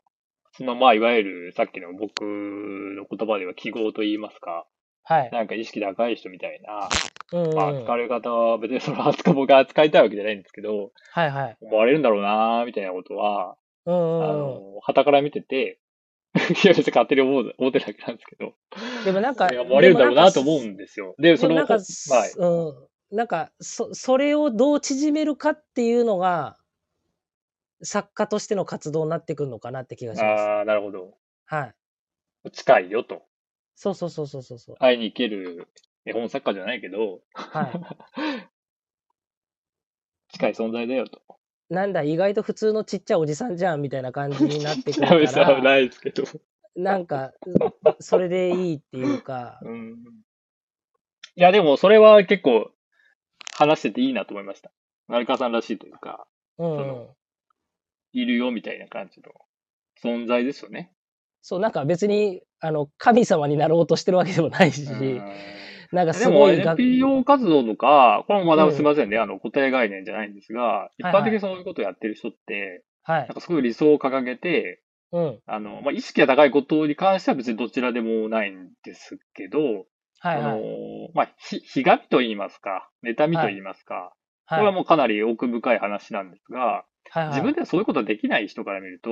その、まあ、いわゆる、さっきの僕の言葉では記号と言いますか、はい。なんか意識高い人みたいな、うん、うん。まあ、扱われ方は別にその 扱い、僕が扱いたいわけじゃないんですけど、はいはい。思われるんだろうな、みたいなことは、うんうあんうん。のー、旗から見てて、 いや、別に勝手に思う、思ってるだけなんですけど、でもなんか、いや思われるんだろうなと思でうもなんですよ。で、かそでもの、なんか、はい。うん。なんか、そ、それをどう縮めるかっていうのが、作家としての活動になってくるのかなって気がします。ああー、なるほど。はい。近いよと。そうそうそうそうそう そう。会いに行ける絵本作家じゃないけど、は近い存在だよと。い。なんだ、意外と普通のちっちゃいおじさんじゃんみたいな感じになってちくなみ るにかさ、ら、ないですけど。なんか、それでいいっていう か、うん。いや、でも、それは結構、話してていいなと思いました。成川さんらしいというか、うんそうんの。いるよみたいな感じの存在ですよね。そう、なんか別に、あの、神様になろうとしてるわけでもないし、うんなんかですもごいが、 NPO 活動とか、これもまうだんすみませんね、あの固定概念じゃないんですが、一はい般的にそういうことをやってる人って、はいなん。かすごい理想を掲げて、うん。あの、まあ、意識が高いことに関しては別にどちらでもないんですけど、はいはあのい。、まあ、ひ、ひがみと言いますか、妬みと言いますか、こはいれはもうかなり奥深い話なんですが、はいはい自分ではそういうことができない人から見ると、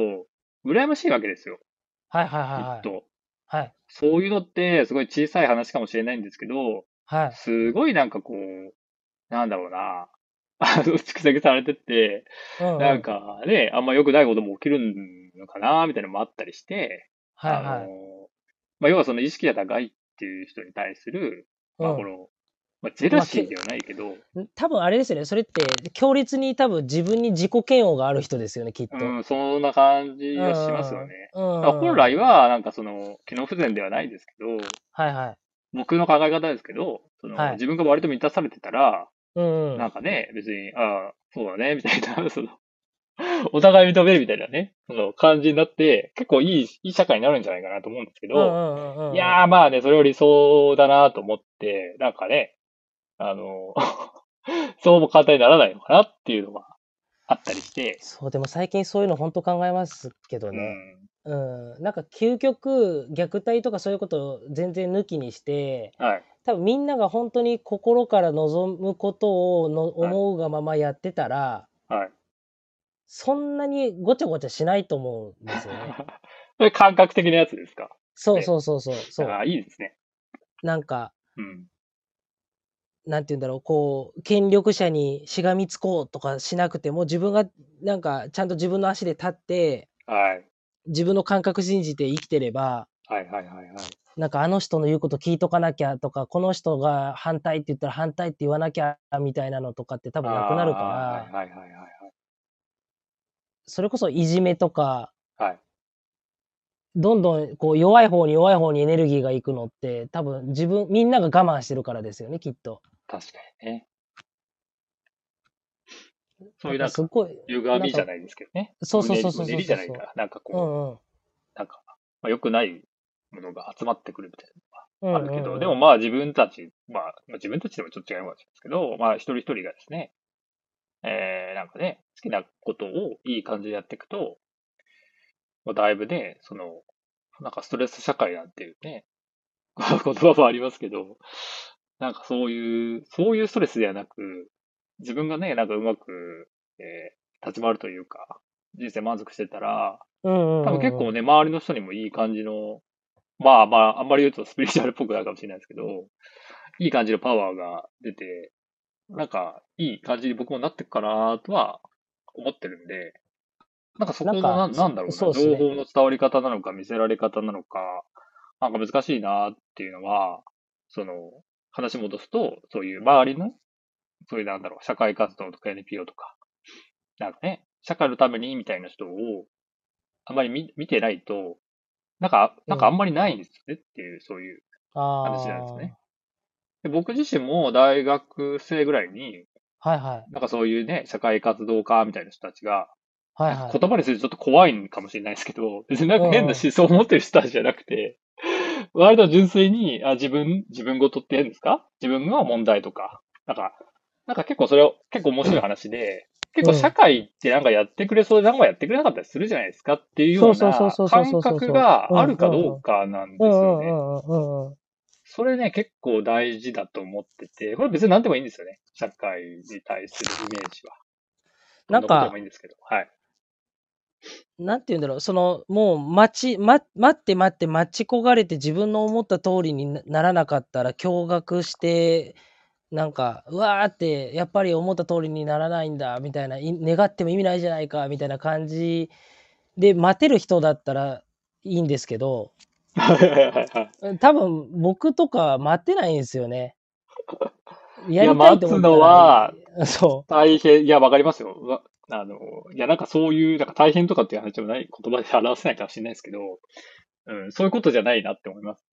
羨ましいわけですよ、はいはいきはっいはい。と。はい。そういうのって、すごい小さい話かもしれないんですけど、はい。すごいなんかこう、なんだろうな、 あの、蓄積されてって、うんうんなん、かね、あんま良くないことも起きるのかな、みたいなのもあったりして、はいあはい。の、まあ、要はその意識が高いっていう人に対する、まあ、うんこの、まあ、ジェラシーではないけど、多分あれですよね。それって、強烈に多分自分に自己嫌悪がある人ですよね、きっと。うん、そんな感じがしますよね。うんうんうん。だから本来は、なんかその、機能不全ではないですけど、はいはい。僕の考え方ですけど、そのはい自分が割と満たされてたら、うんうん。なんかね、別に、ああ、そうだね、みたいな、 その、お互い認めるみたいなね、その感じになって、結構いい、いい社会になるんじゃないかなと思うんですけど、うんうんうんうんいやーまあね、それを理想だなと思って、なんかね、あの、 そうも簡単にならないのかなっていうのがあったりして、そう、でも最近そういうの本当考えますけどうね。ん。うん。なんか究極、虐待とかそういうことを全然抜きにして、はい。多分みんなが本当に心から望むことをのはい思うがままやってたら、はい。 そんなにごちゃごちゃしないと思うんですよ ね。それ感覚的なやつですか。そうそうそうそう。そうああ、いいですね。なんか、うん。なんて言うんだろう、こう、権力者にしがみつこうとかしなくても、自分がなんかちゃんと自分の足で立って、はい。自分の感覚信じて生きてれば、はいはいはいはい。なんかあの人の言うこと聞いとかなきゃとか、この人が反対って言ったら反対って言わなきゃみたいなのとかって多分なくなるから、あーはいはいはいはいはい。それこそいじめとか、はいどんどんこう弱い方に弱い方にエネルギーがいくのって、多分自分、みんなが我慢してるからですよね、きっと。確かにね。そういうなんすか、ごい、歪みじゃないですけどね。そうそうそうそうそううねりうねりじゃないから、なんかうこう、んうん。なんか、まあ、良くないものが集まってくるみたいな。うんうんうんあるけど、でもまあ自分たち、まあ、まあ自分たちでもちょっと違うわけですけど、まあ一人一人がですね、えー、なんかね、好きなことをいい感じでやっていくと、まあ、だいぶね、その、なんかストレス社会なんていうね、 言葉もありますけど、なんかそういう、そういうストレスではなく、自分がね、なんかうまく、えー立ち回るというか、人生満足してたら、うんうんうんうん多分結構ね、周りの人にもいい感じの、まあまあ、あんまり言うとスピリチュアルっぽくなるかもしれないですけど、いい感じのパワーが出て、なんか、いい感じに僕もなってくかなとは思ってるんで、なんかそこのなな、んかなんだろうな、そう情ですね報の伝わり方なのか、見せられ方なのか、なんか難しいなっていうのは、その、話戻すと、そういう周りの、そういうなんだろう、社会活動とか NPO とか、なんかね、社会のためにみたいな人を、あまり見見てないと、なんか、なんかあんまりないんですよねっていう、そういう話なんですね。で僕自身も大学生ぐらいに、あーはいはい。なんかそういうね、社会活動家みたいな人たちが、はいはい。言葉にするとちょっと怖いんかもしれないですけど、別になんか変な思想を持ってる人たちじゃなくて、割と純粋に、あ、自分、自分事って言うんですか自分の問題とか。なんか、なんか結構それを、結構面白い話で、結構社会ってなんかやってくれそうでなんかやってくれなかったりするじゃないですかっていうようそうなそうそうそうそうそ感うそう覚があるかどうかなんですうんうんようね。んうんうん。それね、結構大事だと思ってて、これ別に何でもいいんですよね。社会に対するイメージは。なんどことでかもい、いんですけど。 はい。なんて言うんだろう、その、もう待ち、ま、待って待って待ち焦がれて自分の思った通りになならなかったら驚愕して、なんか、うわーって、やっぱり思った通りにならないんだ、みたいな、い願っても意味ないじゃないか、みたいな感じで待てる人だったらいいんですけど、はいはいはいはい。多分僕とか待てないんですよね。ややりたいと思ったら待つのは、そ大変、いや、わかりますよ。わあの、いや、なんかそういう、なんか大変とかっていう話でもない、言葉で表せないかもしれないですけど、うん、そういうことじゃないなって思います。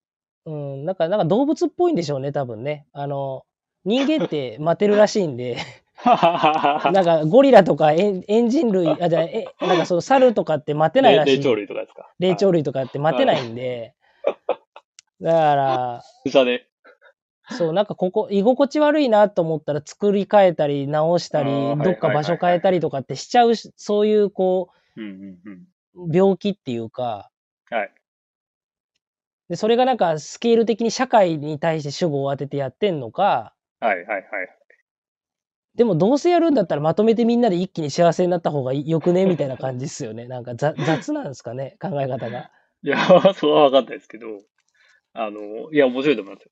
う。うん、 なんか、なんか動物っぽいんでしょうね、多分ね。あの、人間って待てるらしいんで、 なんかゴリラとかエンエンジン類、あ、じゃあえ、なんかその猿とかって待てないらし霊い。長類とかですか。霊長類。類とかって待てないんで。だから、自社で。そう、なんかここ、居心地悪いなと思ったら作り変えたり、直したりあーはい、どっかはい場はい所変えたりとかってしちゃうし、そういうこうんうんうん。う、病気っていうか、はい。で、それがなんかスケール的に社会に対して主語を当ててやってんのか、はいはいはい。でもどうせやるんだったらまとめてみんなで一気に幸せになった方がよくねみたいな感じですよね。なんか ざ雑なんですかね、考え方が。いや、それは分かんないですけど、あの、いや、面白いと思いますよ。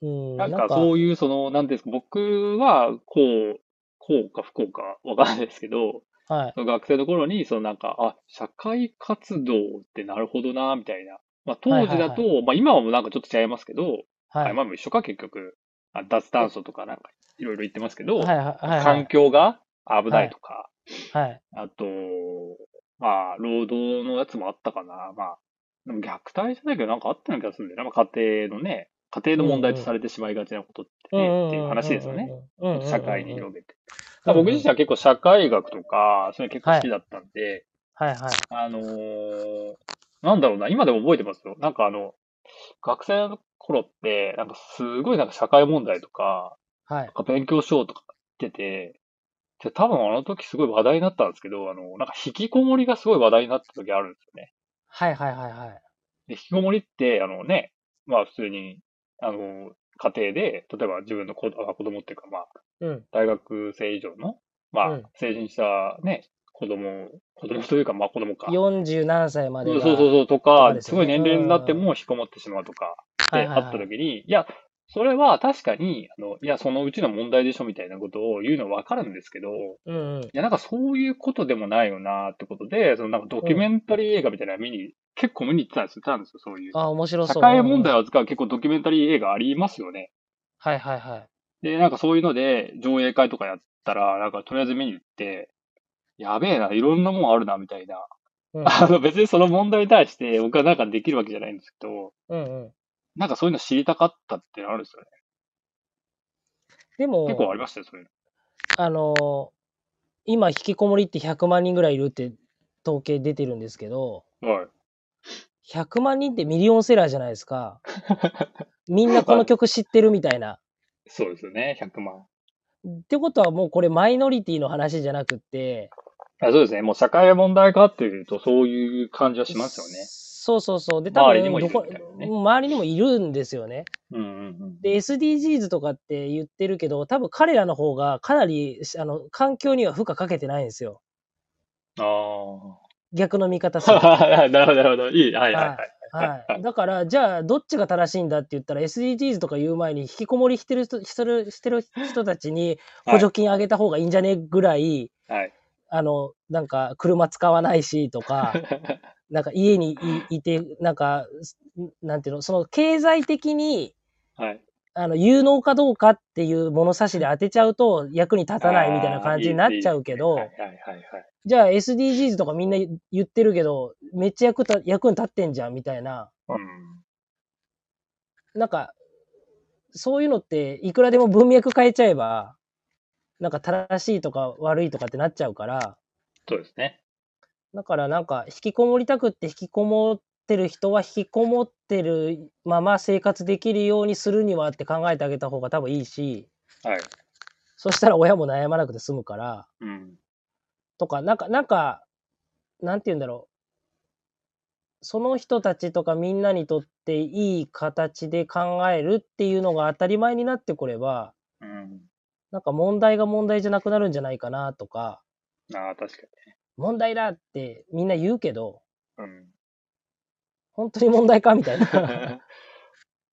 うん、なんなんかかそういう、その、なんていうんですか、僕は、こう、こうか不幸か分かんないですけど、はい。その学生の頃に、そのなんか、あ、社会活動ってなるほどな、みたいな。まあ、当はいはい時だと、まあ、今はもうなんかちょっと違いますけど、はい。まあ、一緒か、結局。あ脱炭素とかなんか、いろいろ言ってますけど、はいはいはいは環い。境が危ないとか、はい。あと、まあ、労働のやつもあったかな。まあ、でも虐待じゃないけど、なんかあったような気がするんだよな。まあ、家庭のね、家庭の問題とされてしまいがちなことってね、っていう話ですよね。うんうんうんうん。社会に広げげて。だから僕自身は結構社会学とか、そういうの結構好きだったんで、はいはい。あのーなんだろうな、今でも覚えてますよ。なんかあの、学生の頃って、なんかすごいなんか社会問題とか、はい。なんか勉強しようとか言ってて、で、多分あの時すごい話題になったんですけど、あの、なんか引きこもりがすごい話題になった時あるんですよね。はいはいはいはい。で、引きこもりって、あのね、まあ普通に、あの、家庭で、例えば自分の子あ子供っていうか、まあ、うん。大学生以上の、まあ、うん成人したね、子供、子供というか、まあ子供か。 40何歳までそうが。そうう。そう、ととかか、ですすよごねい年齢になってうんも引きこもってしまうとか、はで、いあはいったはい。時に、いや、それは確かに、あの、いや、そのうちの問題でしょみたいなことを言うのはわかるんですけど、いうんうん。や、なんかそういうことでもないよなってことで、そのなんかドキュメンタリー映画みたいなの見に、結構見に行ってたんですよ、行ったんですよ、そういう。あ、面白社そう。会問題は。を扱う結構ドキュメンタリー映画ありますよね。はいはいはい。で、なんかそういうので、上映会とかやったら、なんかとりあえず見に行って、やべえな、いろんなもんあるな、みたいな。うんあの、別にその問題に対して僕はなんかできるわけじゃないんですけど、うんうん。なんかそういうの知りたかったっていうのあるんですよね。でも、結構ありましたよ、そういうの。あのー今引きこもりって100万人ぐらいいるって統計出てるんですけどはい。 100万人ってミリオンセラーじゃないですかみんなこの曲知ってるみたいな。そうですよね、100万。ってことはもうこれマイノリティの話じゃなくってあそうですね、もう社会問題化っていうと、そういう感じはしますよね。そうそうそうで多分周りにもいるどこみたいなね周りにもいるんですよね。うんうんうん。で SDGs とかって言ってるけど多分彼らの方がかなりあの環境には負荷かけてないんですよあ逆の見方するとあ。 なるほど、なるほど。いい、はいはいはい。はい、だから、じゃあ、どっちが正しいんだって言ったら、SDGs とか言う前に、引きこもりしてる人してるしてる人たちに はい補助金あげた方がいいんじゃねぐらい、はい。あの、なんか、車使わないしとか、 なんか家にいいて、なんか、なんていうの、その経済的に、はい。あの、有能かどうかっていう物差しで当てちゃうと役に立たないみたいな感じになっちゃうけど、あーいいですねはいはいはいはい。じゃあ SDGs とかみんな言ってるけど、めっちゃ役た役に立ってんじゃんみたいな、うん。なんか、そういうのって、いくらでも文脈変えちゃえば、なんか正しいとか悪いとかってなっちゃうから、そうですね。だからなんか、引きこもりたくって引きこもってる人は引きこもってるまま生活できるようにするにはって考えてあげた方が多分いいし、はい。そしたら親も悩まなくて済むから、うん。とか、なんか、なんか、なんて言うんだろう。その人たちとかみんなにとっていい形で考えるっていうのが当たり前になってくれば、うん。なんか問題が問題じゃなくなるんじゃないかなとか、ああ、確か問題だってみんな言うけど、に。うん。本当に問題かみた いな。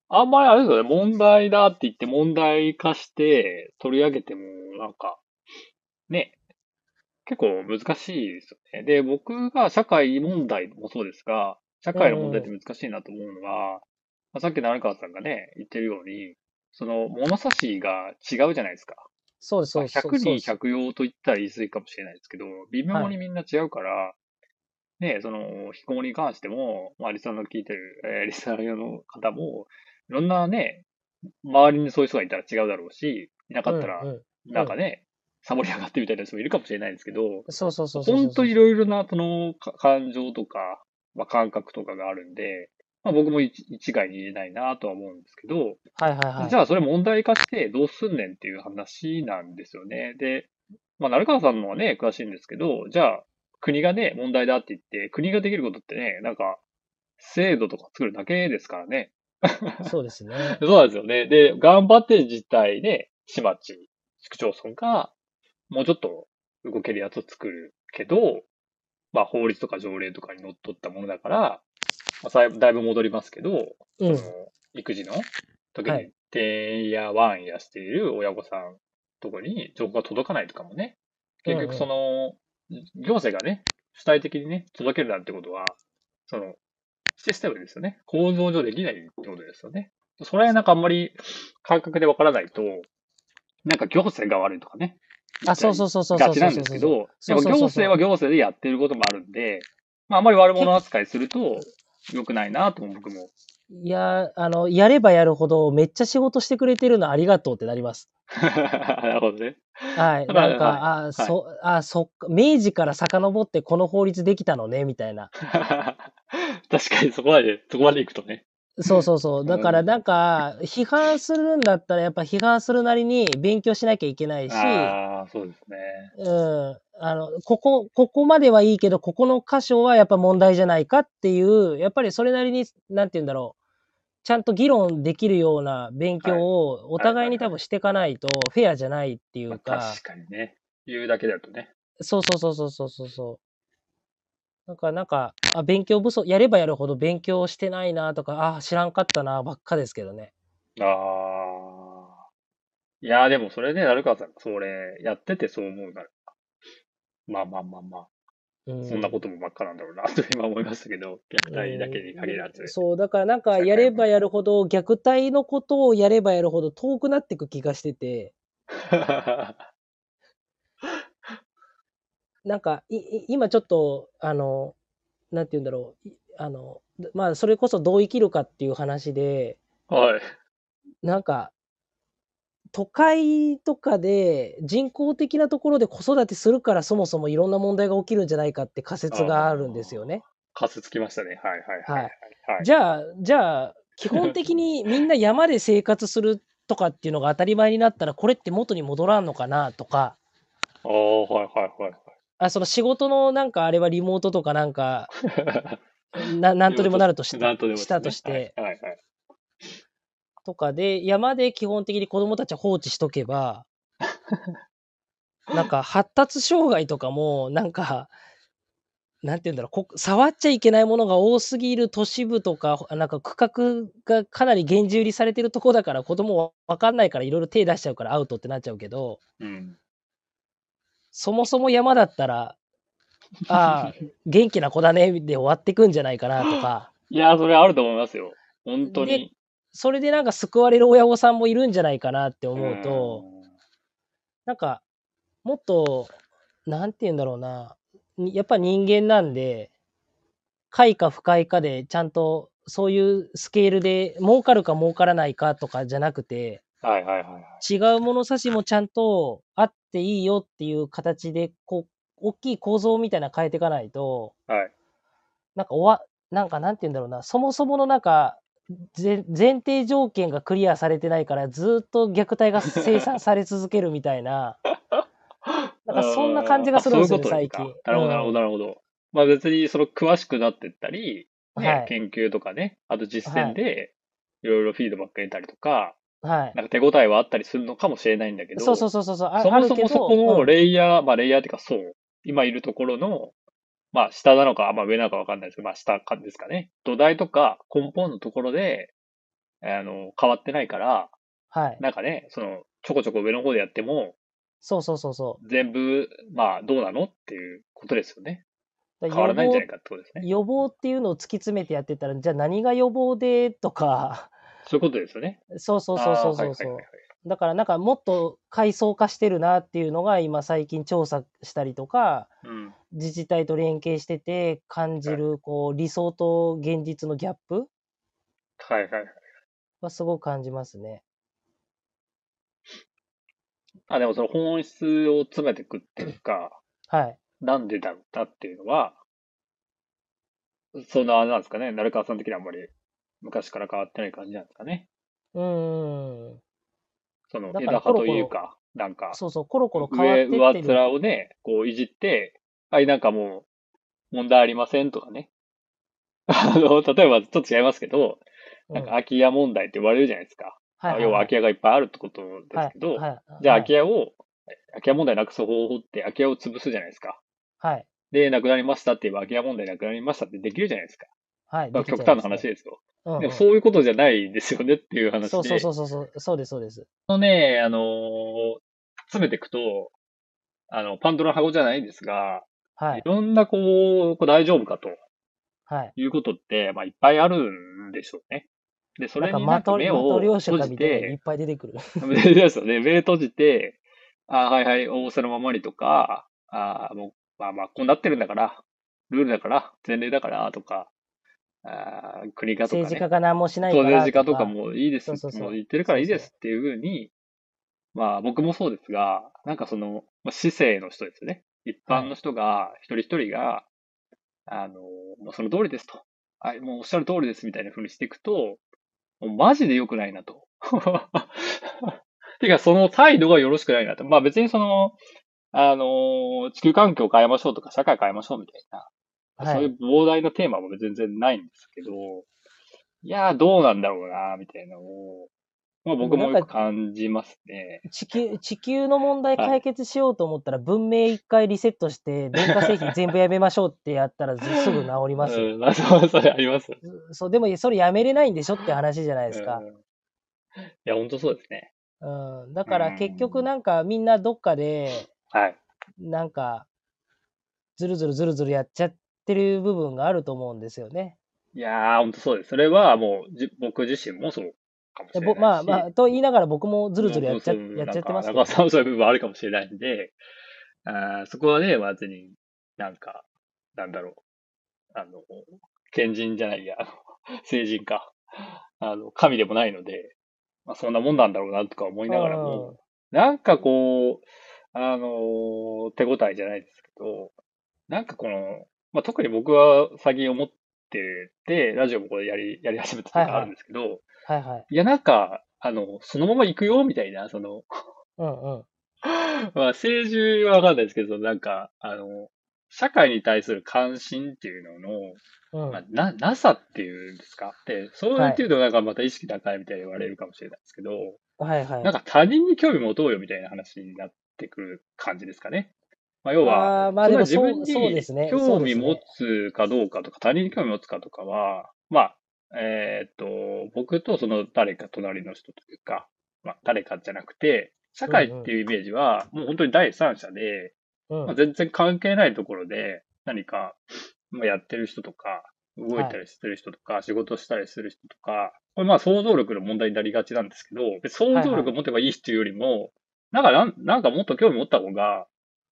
あんまりあれですよね、問題だって言って問題化して取り上げても、なんか、ね、結構難しいですよね。で、僕が社会問題もそうですが、社会の問題って難しいなと思うのは、まあさっきの荒川さんがね、言ってるように、その物差しが違うじゃないですか。そうです、そうです。そう100です人100用と言ったら言い過ぎかもしれないですけど、微妙にみんな違うから、ね、その、引きこもりに関しても、まあ、リスナーの聞いてる、えーリスナーの方も、いろんなね、周りにそういう人がいたら違うだろうし、いなかったらうん、うんなんかね、サボり上がってみたいな人もいるかもしれないんですけど、そうそうそうそうそう。ほんといろいろな、その、か感情とか、まあ、感覚とかがあるんで、まあ、僕も一一概に言えないなとは思うんですけど、はいはいはい。じゃあそれ問題化してどうすんねんっていう話なんですよね。で、まあ、成川さんのはね、詳しいんですけど、じゃあ、国がね、問題だって言って、国ができることってね、なんか、制度とか作るだけですからね。そうですね。そうなんですよね。で、頑張って自体で、市町、市区町村が、もうちょっと動けるやつを作るけど、まあ法律とか条例とかにのっとったものだから、まあさい、だいぶ戻りますけど、うそん。の育児の時はにい、てんやわんやしている親御さんとこに情報が届かないとかもね、結うんう局んその、行政がね、主体的にね、届けるなんてことは、その、システムですよね。構造上できないってことですよね。それはなんかあんまり感覚でわからないと、なんか行政が悪いとかね。あ、そうそうそうそうそう。ガチなんですけ。ど、そやうそうそうそうっぱ行政は行政でやってることもあるんで、まああんまり悪者扱いすると良くないなとも僕もいや、あの、やればやるほど、めっちゃ仕事してくれてるのありがとうってなります。 なるほどね。 はい。たなだんはいか、あ、そ、あ、そっか、明治から遡ってこの法律できたのね、みたいな。確かにそこまで、そこまで行くとね。そうそうそうう。んだから、なんか、批判するんだったら、やっぱ批判するなりに勉強しなきゃいけないし、ああ、そうですね。うん。あの、ここ、ここまではいいけど、ここの箇所はやっぱ問題じゃないかっていう、やっぱりそれなりに、なんて言うんだろう。ちゃんと議論できるような勉強をお互いに多分していかないとフェアじゃないっていまあうか、確かにね。言うだけだとね。そうそうそうそうそうそうそう。なんか、なんか、あ、勉強不足、やればやるほど勉強してないなとか、あ、知らんかったなばっかですけどね。ああ。いやー、でもそれね、成川さん、それ、やっててそう思うなら。まあまあまあまあ、うん、そんなこともばっかなんだろうな、 と今思いましたけど、虐待だけに限らず うん。そう、だからなん社か、会もやればやるほど、虐待のことをやればやるほど遠くなっていく気がしてて、なんか、いい今ちょっと、あの、なんて言うんだろう、いあの、まあ、それこそどう生きるかっていう話で、はい。なんか、都会とかで人工的なところで子育てするからそもそもいろんな問題が起きるんじゃないかって仮説があるんですよね。かすつきましたね。はいはいははいい。はい。じゃあ、じゃあ、基本的にみんな山で生活するとかっていうのが当たり前になったら、これって元に戻らんのかなとか、ああ、はいはいはいあ、その仕事のなんかあれはリモートとかなんか、はななんとでもなると しい。なんとでもしたとして、はいはいはい。とかで、山で基本的に子供たちは放置しとけば、なんか発達障害とかも、なんか、なんて言うんだろうこ、触っちゃいけないものが多すぎる都市部とか、なんか区画がかなり厳重売りされてるとこだから、子供わかんないからいろいろ手出しちゃうからアウトってなっちゃうけど、うん。そもそも山だったら、ああ、元気な子だね、で終わってくんじゃないかなとか、いやー、それあると思いますよ。本当に。それでなんか救われる親御さんもいるんじゃないかなって思うと、なんか、もっと、なんて言うんだろうな、にやっぱ人間なんで、快か不快かで、ちゃんとそういうスケールで、儲かるか儲からないかとかじゃなくて、うん。はいはいはいはい。違う物差しもちゃんとあっていいよっていう形で、こう、大きい構造みたいなの変えていかないと、はいなんか終わ、なんかなんて言うんだろうな、そもそものなんか、ぜ前提条件がクリアされてないから、ずっと虐待が生産され続けるみたいな、 なんかそんな感じがするんですよね、あーそういう最こと近です。かなるほど、なるほど、なるほど。まあ別に、その詳しくなってったり、うんね、はい。研究とかね、あと実践で、いろいろフィードバック得たりとか、はい。なんか手応えはあったりするのかもしれないんだけど、そうそうそうそうそう。あそあもるそけどもそこのうんレイヤー、まあレイヤーっていうか層、今いるところの、まあ下なのか、まあ上なのかわかんないですけど、まあ下かですかね。土台とか根本のところで、あの、変わってないから、はい。なんかね、その、ちょこちょこ上の方でやっても、そうそうそうそ全部、まあ、どうなのっていうことですよね。う。だ変からわ予らないんじゃ防ないかってことですね。予防っていうのを突き詰めてやってたら、じゃあ何が予防でとか、 そういうことですよね。そうそうそうそうそうそう。だからなんかもっと階層化してるなっていうのが今最近調査したりとか、う。うん。自治体と連携してて感じるこう理想と現実のギャップはいはいはい。はすごく感じますね。あ、でもその本質を詰めてくっていうか、はい。なんでだったっていうのは、そのあれなんですかね、成川さん的にはあんまり昔から変わってない感じなんですかね。うーん。そのだから枝葉というか、なんか、そうそう、コロコロ変わって上、っ上てる。面をね、こういじって、あいなんかもう、問題ありませんとかね。 あの、例えばちょっと違いますけど、なんかうん空き家問題って言われるじゃないですか。はいはい要は空き家がいっぱいあるってことですけど、はいはいじゃあはい空き家を、空き家問題なくす方法って空き家を潰すじゃないですか。はい。で、なくなりましたって言えば空き家問題なくなりましたってできるじゃないですか。はい。まあでき極ちゃい端まなす話ね。ですよ。うんうんでもそういうことじゃないですよねっていう話で。そうそうそうそうそう。そうです、そうです。このね、あのー詰めていくと、あの、パンドラの箱じゃないですが、はいい。ろんなこう、こう大丈夫かとはい。いうことって、まあ、いっぱいあるんでしょうね。で、そなんれかになマんかトリ、目マをトリョーシ閉ャカじ、みたいなのいってぱい出てくる。目ですよね、 目閉じて、あはいはい、大さのままにとか、あもう、まあまあ、こうなってるんだから、ルールだから、前例だから、とか、あ国がとかね。政治家が何もしないかそう、ら。政治家とか。もいいです。そうそうそうもう言ってるからいいですっていうふうに、まあ僕もそうですが、なんかその、まあ、市政の人ですね。一般の人が、一人一人が、あの、もうその通りですと。はい、もうおっしゃる通りですみたいなふうにしていくと、もうマジで良くないなと。 てか、その態度がよろしくないなと。まあ別にその、あの、地球環境を変えましょうとか、社会変えましょうみたいな、はそういい。う膨大なテーマも全然ないんですけど、いやー、どうなんだろうな、みたいなのを、まあ僕もよく感じますね。地球、地球の問題はい解決しようと思ったら、文明一回リセット して、電化製品全部やめましょうってやったら、ずすぐ治りますよ。うん、まあそう、それあります。そう、でもそれやめれないんでしょって話じゃないですか。うんいや、本当そうですね。うん。だから結局なんかみんなどっかで、はい。なんか、ずるずるずるずるやっちゃってる部分があると思うんですよね。いやー、本当そうです。それはもう、じ僕自身もそうかもしれないぼし。まあまあ、と言いながら僕もずるずるやっちゃそうそうやっちゃってますなけんか、ど中。さんもそういう部分もあるかもしれないんで、あーそこはね、まあ別に、なんか、なんだろう。あの、賢人じゃないや、あ の聖人か。あの、神でもないので、まあそんなもんなんだろうなとか思いながらうもん、なんかこう、あの、手応えじゃないですけど、なんかこの、まあ特に僕は最近思ってて、ラジオもこれやり、やり始めたとかあるんですけど、はいはい。いや、なんか、あの、そのまま行くよ、みたいな、その、うんうん。 まあ、政治はわかんないですけど、なんか、あの、社会に対する関心っていうのうんの、まあ、な、なさっていうんですかで、そう言ってるとなんかまた意識高いみたいに言われるかもしれないですけど、はいはい。なんか他人に興味持とうよみたいな話になってくる感じですかね。まあ、要あは、ーまあでもそれはそう自そう分ですねにそ興うで味すね持つかどうかとか、他人に興味持つかとかは、まあ、えーっと、僕とその誰か隣の人というか、まあ、誰かじゃなくて、社会っていうイメージは、もう本当に第三者で、うんまあ、全然関係ないところで、何か、まあ、やってる人とか、動いたりしてる人とか、仕事したりする人とか、これまあ想像力の問題になりがちなんですけど、で想像力を持てばいいっていうよりも、なんかなん、なんかもっと興味持った方が、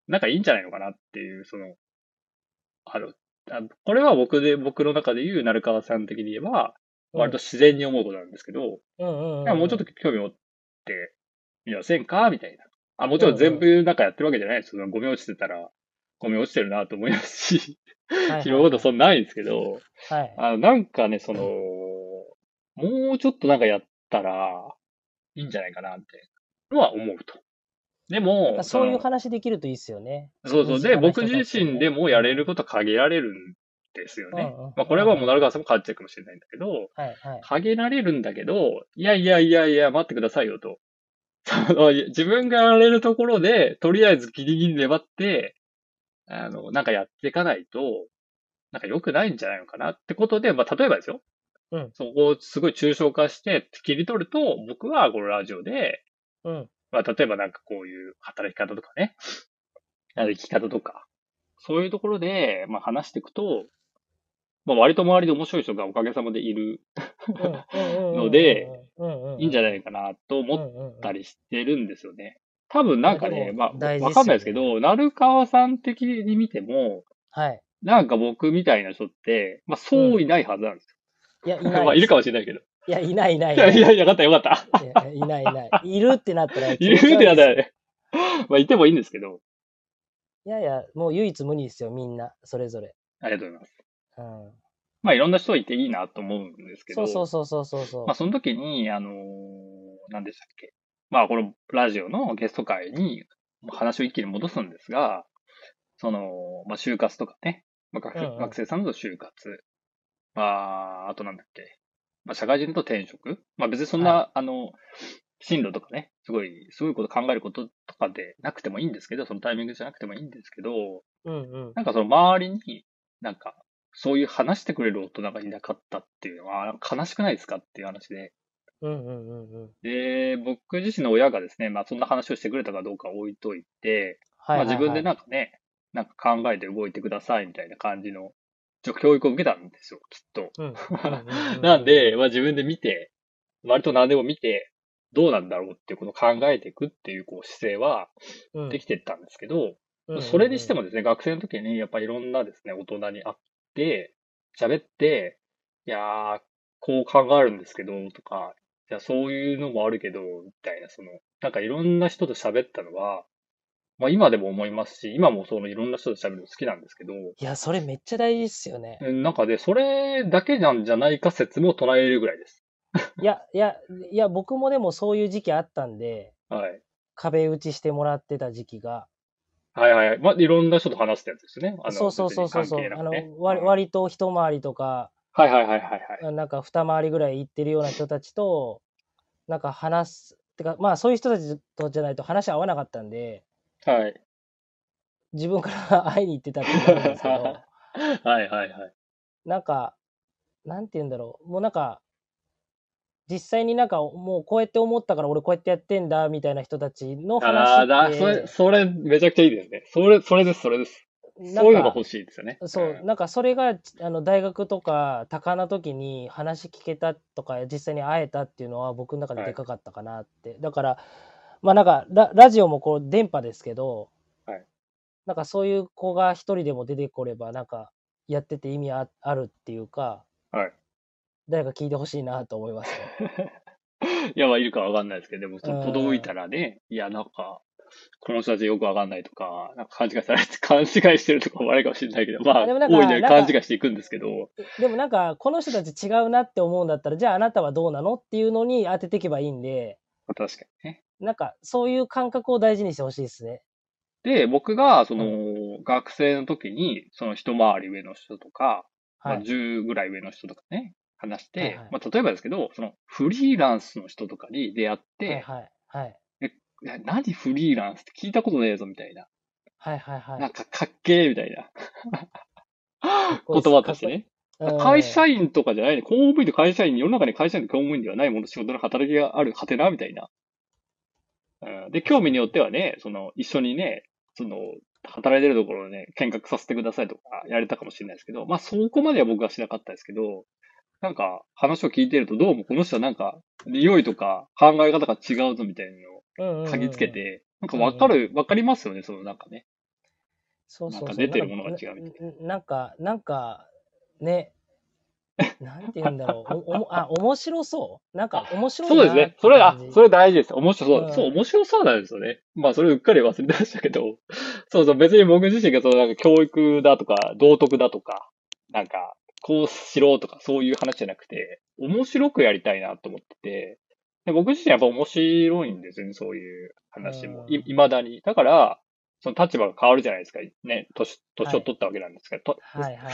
なんかいいんじゃないのかなっていう、その、あの、あこれは僕で、僕の中で言う、成川さん的に言えば、割と自然に思うことなんですけど、うんうんうんいやもうちょっと興味持ってみませんかみたいな。あ、もちろん全部なんかやってるわけじゃないです。そのゴミ落ちてたら、ゴミ落ちてるなと思いますし、はい 拾うことそんなないんですけど、はい。あのなんかね、その、もうちょっとなんかやったらいいんじゃないかなってのは思うと。でなんも、かそういうその話できるといいですよね。そうそう。身近で、な僕人たち自ね身でもやれることは限られるんですよねうんうん。まあこれはもう、成川さんも変わっちゃうかもしれないんだけど、はいはい。限られるんだけど、いやいやいやいや、待ってくださいよと。その自分がやれるところで、とりあえずギリギリ粘って、あの、なんかやっていかないと、なんか良くないんじゃないのかなってことで、まあ、例えばですよ。うんそこをすごい抽象化して切り取ると、僕はこのラジオで、うん。まあ、例えばなんかこういう働き方とかね、あの生き方とか、そういうところで、まあ、話していくと、まあ、割と周りで面白い人がおかげさまでいるのでいいんじゃないないかなと思っったり。りしてるんですよね。多分なんかいやねで、もまあ、大事ですよわねかんないですけど、成川さん的に見ても、はい。なんか僕みたいな人って、まあ、そういないはずなんですいや、いよ。ない。まあ、いるかもしれないけど。いや、いないいない。 いやいや、よかったよかった。 いやいないいない。いるってなったら。いるってなんだよね。まあ、いてもいいんですけど、いやいや、もう唯一無二ですよ、みんな、それぞれ。ありがとうございます。うん。まあいろんな人いていいなと思うんですけそど、うそうそうそうそうそう。まあその時に、あのー何でしたっけ。まあこのラジオのゲスト会に話を一気に戻すんですが、その、まあ就活とかね、まあ学,、うんうん学生さんだと就活、まああとなんだっけ、まあ社会人だと転職、まあ別にそんな、はあの、進路とかね、すごい、そういうこと考えることとかでなくてもいいんですけど、そのタイミングじゃなくてもいいんですけど、うんうん。なんかその周りに、なんか、そういう話してくれる大人がいなかったっていうのは、なんか悲しくないですかっていう話で。うんうんうんうん。で、僕自身の親がですね、まあそんな話をしてくれたかどうかは置いといて、はいはい、はい。まあ自分でなんかね、なんか考えて動いてくださいみたいな感じの、ちょ教育を受けたんですよ、きっと。うん。うんうなん、で、まあ自分で見て、割と何でも見て、どうなんだろうっていうことを考えていくっていうこう姿勢はうんできてったんですけど、うんうんそれにしてもですね、学生の時にやっぱいろんなですね、大人に会って、喋って、いやー、こう考えるんですけど、とか、いや、そういうのもあるけど、みたいな、その、なんかいろんな人と喋ったのは、まあ今でも思いますし、今もそのいろんな人と喋るの好きなんですけど、いや、それめっちゃ大事ですよね。うんなんかで、それだけなんじゃないか説も唱えるぐらいです。いや、いや、いや、僕もでもそういう時期あったんで、はい。壁打ちしてもらってた時期が。はいはい。まあ、いろんな人と話すやつですね。あのそうそうそうそうそう、別にあ関係なくねの割割と一回りとか、はいはいはいはいはい。なんか二回りぐらい行ってるような人たちと、なんか話す、てか、まあそういう人たちとじゃないと話合わなかったんで、はい。自分から 会いに行ってたっていうのもあるんですけど、はいはいはい。なんか、なんて言うんだろう、もうなんか、実際になんかもうこうやって思ったから俺こうやってやってんだみたいな人たちのあ話あ、っだ、てそれ、それ、めちゃくちゃいいですね。それ、それです、それです。なんかそういうのが欲しいですよね。そう、なんかそれがあの大学とか多感な時に話聞けたとか実際に会えたっていうのは僕の中ででかかったかなって、だからまあなんかララジオもこう電波ですけど、はいなんかそういう子が一人でも出てこればなんかやってて意味ああるっていうか、はい誰か聞いてほしいなと思います ね。うん。 いや、まあ、いるかわかんないですけど、でも、そのうん届いたらね、いや、なんか、この人たちよくわかんないとか、なんか勘違いされて、 勘違いしてるとかもあれかもしれないけど、まあ、でもなんか大いなりなん勘か違いしていくんですけど、でもなんかこの人たち違うなって思うんだったらじゃああなたはどうなのっていうのに当てていけばいいんでまあ確かにね。なんかそういう感覚を大事にしてほしいですね。で、僕が、そうの、学生の時に、その一回り上の人とか、はいまあ、10ぐらい上の人とかね、話して、はいはいまあ、例えばですけど、その、フリーランスの人とかに出会っはいて、はいはいいや何フリーランスって聞いたことねえぞ、みたいな。はいはいはい。なんかかっけえみたい なこいいで言す葉としてね。うん会社員とかじゃないね。公務員と会社員、世の中に会社員と公務員ではないもの、仕事の働きがあるはてな、みたいな。うんで、興味によってはね、その、一緒にね、その、働いてるところをね、見学させてくださいとか、やれたかもしれないですけど、まあ、そこまでは僕はしなかったですけど、なんか、話を聞いてると、どうもこの人はなんか、匂いとか考え方が違うぞみたいなのをうんうんうんうん嗅ぎつけ。て、なんかわかる、わかりますよね、そのなんかね。そうそうそうなんか出てるものが違うみたいな。なんか、なんか、 ね、なんて言うんだろう。おおもあ、面白そう。なんか、面白いなそうですね。それ、あ、それ。れ大事です。面白そう。うんそう、面白そうなんですよね。まあ、それうっかり忘れてましたけど。 そうそう、別に僕自身が、その、なんか教育だとか、道徳だとか、なんか、こうしろとか、そういう話じゃなくて、面白くやりたいなと思ってて、で僕自身やっぱ面白いんですよね、そういう話も。い、うん未だに。だから、その立場が変わるじゃないですか。ね、年、年はをい取ったわけなんですけど、とはいはいは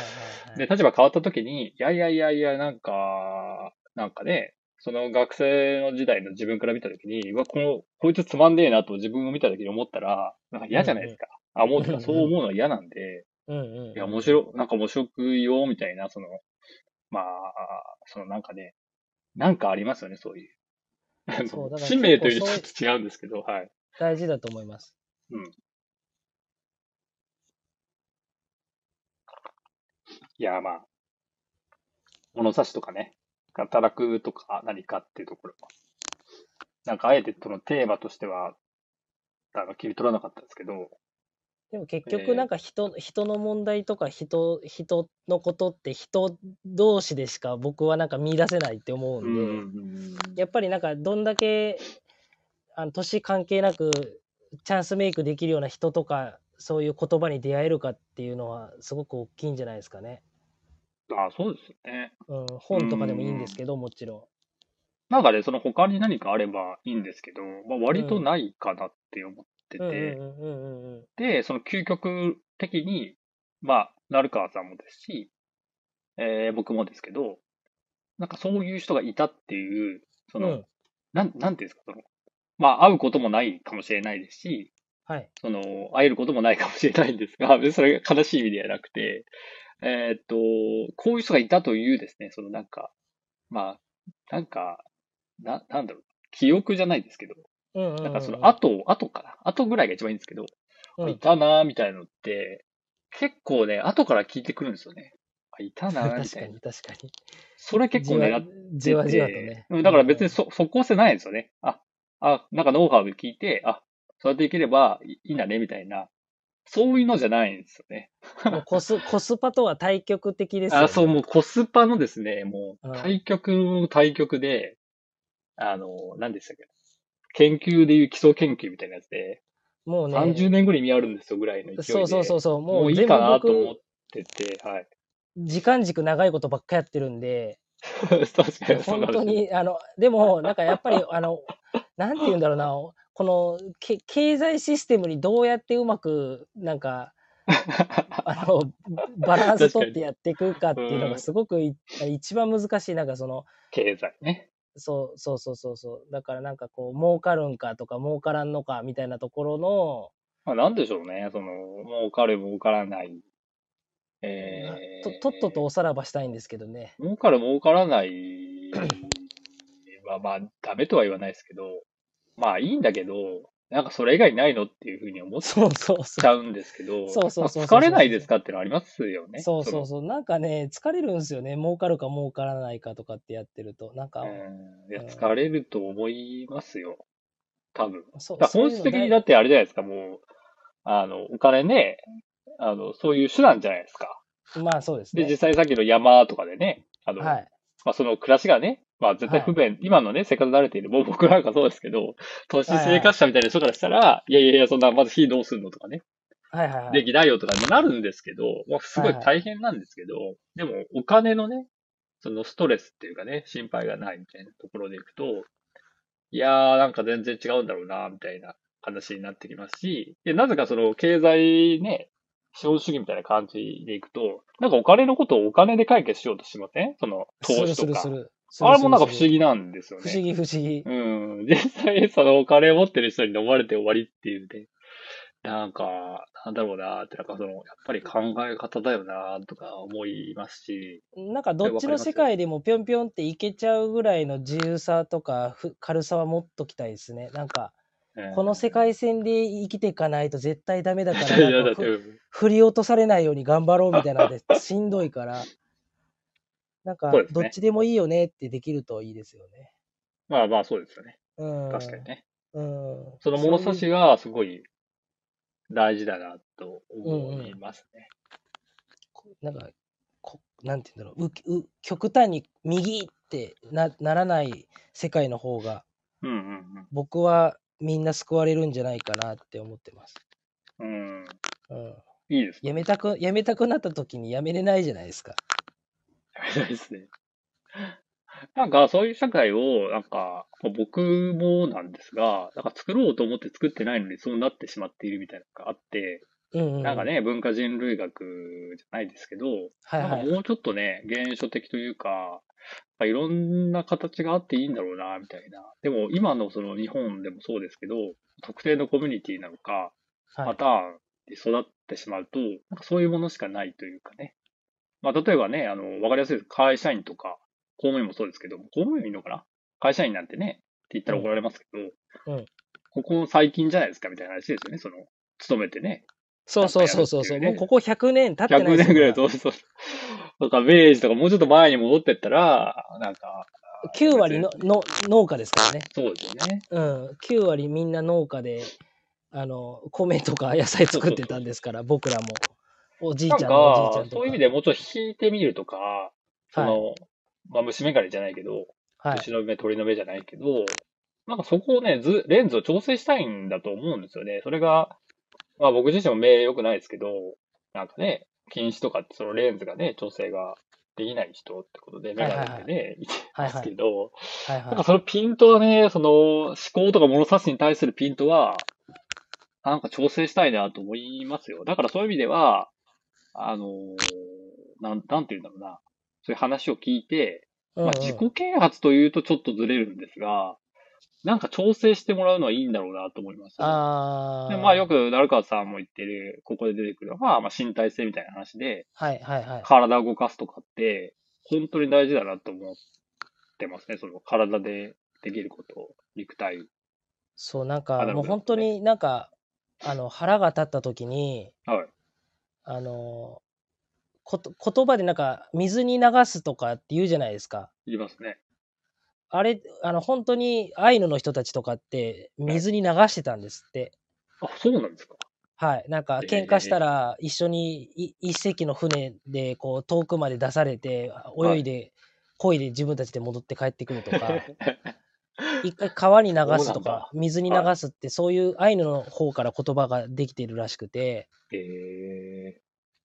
い。で、立場変わった時に、いやいやいやいや、なんか、なんかね、その学生の時代の自分から見た時に、うわ、この、こいつつまんねえなと自分を見た時に思ったら、なんか嫌じゃないですか。あ、もうてか、そう思うのは嫌なんで、うんうん。いや、面白、なんか面白くよ、みたいな、その、まあ、そのなんかね、なんかありますよね、そういう。そうだから 使命というよ結り構ちょっと違うんですけど、はい。大事だと思います。いや、まあ、物差しとかね、働くとか何かっていうところも。なんか、あえてそのテーマとしては、あの、切り取らなかったですけど、でも結えー局、なんか人、人の問題とか人、人のことって人同士でしか僕はなんか見出せないって思ううんで。んやっぱりなんかどんだけあの年関係なくチャンスメイクできるような人とかそういう言葉に出会えるかっていうのはすごく大きいんじゃないですかね。ああ、そうですよね。うん、本とかでもいいんですけどもちろん。なんかね、その他に何かあればいいんですけど、まあ、割とないかなって思ってて、うんうんうんうんうんで、その究極的に、まあ、成川さんもですし、えー僕もですけど、なんかそういう人がいたっていう、そうん。うの、ん。なん、なんていうんですか、その、まあ、会うこともないかもしれないですし、はい。その、会えることもないかもしれないんですが、別 にそれが悲しい意味ではなくて、えーっと、こういう人がいたというですね、そのなんか、まあ、なんか、な、なんだろう、記憶じゃないですけど、うんうんうんうん。なんかその後、後かな、後ぐらいが一番いいんですけど、うん、いたなーみたいなのって、結構ね、後から聞いてくるんですよね。あいたなーみ確たかいな。に確かに。それ結構狙ってて、じわじわじわとね。うんだから別にそそ、即効性ないんですよね。あ、あ、なんかノウハウ聞いて、あ、そうやっていければいいいんだね、みたいな。そういうのじゃないんですよね。うコスコスパとは対極的ですよ、ね。あ、そう、もうコスパのですね、もううん対局の対局で、あの、何でしたっけ。研究でいう基礎研究みたいなやつで、もうね。 30年後に見あるんですよぐらいの勢いで。そうそうそうそう。ももうういい全か部なと思っ僕、てて、はい。時間軸長いことばっかやってるんで、 確かにそ本うなんですよ当に、あの、でも、なんかやっぱり、 あの、なんて言うんだろうな、この、け経済システムにどうやってうまく、なんか、あ の、バランス取ってやっていくかっていうのうんがすごくい、一番難しい、なんかその、 経済ね。そうそうそうそうそう。だからなんかこう、儲かるんかとか、儲からんのかみたいなところの、まあ、なんでしょうね。その、儲かる、儲からない。えー、ととっととおさらばしたいんですけどね。儲かる、儲か らないは、まあ、ダメとは言わないですけど、まあ、いいんだけど、なんかそれ以外ないのっていうふうに思っちそうそうそう。ゃうんですけど、そうそうそうそうまあ疲れないですかってのありますよね。そうそうそう。なんかね、疲れるんですよね。儲かるか儲からないかとかってやってると。なんか、そのうんいや疲れると思いますよ。多分。そだから本質的にだっってあれじゃないですか、もう、あの、お金ね、あの、そういう手段じゃないですか。て。まあそうですで、実ね。際さっきの山とかでね、あの、はい。まあその暮らしがね、まあ絶対不便、今のね、生活慣れている、もう僕なんかそうですけど、都市生活者みたいな人からしたら、いやいやいや、そんな、まず火どうすんのとかね、はいはいはでい。きないよとかになるんですけど、まあすごい大変なんですけど、でもお金のね、そのストレスっていうかね、心配がないみたいなところでいくと、いやー、なんか全然違うんだろうな、みたいな話になってきますし、で、なぜかその経済ね、資本主義みたいな感じでいくと、なんかお金のことをお金で解決しようとしませんその投資すとるかす。るする。あれもなんか不思議。議なんですよ不思ね。議不思議。うん。実際、そのお金を持ってる人に飲まれて終わりっていうね。なんか、なんだろうなって、なんかその、やっぱり考え方だよなとか思いますし、なんかどっちの世界でもぴょんぴょんっていけちゃうぐらいの自由さとかふ軽さは持っときたいですね。なんか、うんこの世界線で生きていかないと絶対ダメだか いや、ら、だなんっかて、ふ振り落とされないように頑張ろうみたいなのでしんどいから、なんかそうですねどっちでもいいよねってできるといいですよね。まあまあそうですよね。うん、確かにね。うん、その物差しういうがすごい大事だなと思いますね。こなんかこなんて言うんだろううう極端に右ってなならない世界の方がうんうん僕はみんな救われるんじゃないかなって思ってます。うん。うん。うん、いいですね。やめたくやめたくなった時にやめれないじゃないですか。そうですね。なんか、そういう社会を、なんか、僕もなんですが、なんか作ろうと思って作ってないのにそうなってしまっているみたいなのがあって、うんうんうん、なんかね、文化人類学じゃないですけど、はいなんかはい、もうちょっとね、原初的というか、やっぱいろんな形があっていいんだろうな、みたいな。でも、今のその日本でもそうですけど、特定のコミュニティなのか、はパいターンで育ってしまうと、なんかそういうものしかないというかね。まあ、例えばね、あの、わかりやすいです。会社員とか、公務員もそうですけど、公務員いいのかな会社員なんてね、って言ったら怒られますけど、うんうんここ最近じゃないですかみたいな話ですよね。その、勤めてね。そうそうそうそうそう、なんかやもるっていうこうねこ100年経ってない100です年よぐらい、そうそう。とか、明治とかもうちょっと前に戻ってったら、なんか、 9割のの農家ですからね。そうですよね。うん、9割みんな農家で、あの、米とか野菜作ってたんですから、僕らも。おじいちなゃんんのおじいちゃかん、とか。そういう意味でもうちょっと引いてみるとか、そはい、の、まあ、虫眼鏡じゃないけど、はい。牛の目、鳥の目じゃないけど、なんかそこをね、ず、レンズを調整したいんだと思うんですよね。それが、まあ僕自身も目良くないですけど、なんかね、近視とかってそのレンズがね、調整ができない人ってことで、目がないんでね、いてますけど、はいなんはかそのピントはね、その思考とか物差しに対するピントは、なんか調整したいなと思いますよ。だからそういう意味では、あのーなん、なんて言うんだろうな。そういう話を聞いて、い。まあ、自己啓発というとちょっとずれるんですが、なんか調整してもらうのはいいんだろうなと思いましたね。ああ。でまあよ。く、成川さんも言ってる、ここで出てくるのが、まあ身体性みたいな話で、はいはいはい。体を動かすとかって、本当に大事だなと思ってますね。その体でできること、肉体。そう、なんかあ、なるもうほど本当になんか、あの、腹が立った時に、はい。あの、こと言葉でなんか、水に流すとかって言うじゃないですか。いりますね。あれ、あの、本当にアイヌの人たちとかって、水に流してたんですって。あ、そうな んですか。はい。なんか、えー喧嘩したら、一緒にい一隻の船で、こう、遠くまで出されて、い泳いで、漕いで自分たちで戻って帰ってくるとか。一回川に流すそとうなんだか水に流すってそういうアイヌの方から言葉ができているらしくてええ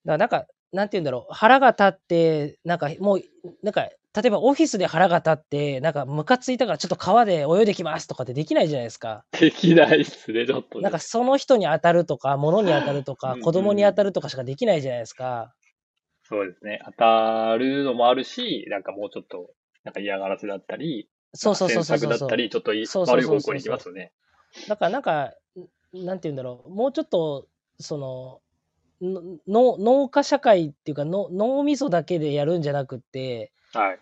だからなんかなんて言うんだろう腹が立ってなんかもうなんか例えばオフィスで腹が立ってなんかムカついたからちょっと川で泳いできますとかってできないじゃないですかできないですね、ちょっとね、なんかその人に当たるとか物に当たるとうかん子供に当たるとかしかできないじゃないですかそうですね。当たるのもあるし、なんかもうちょっと、なんか嫌がらせだったり、そうそうそうそうそ詮う索だったり、ちょっといそうそう悪いそうそう方向に行きますよね。だからなんか、んなんて言うんだろう、もうちょっと、その、のの農家社会っていうかの脳みそだけでやるんじゃなくてはい。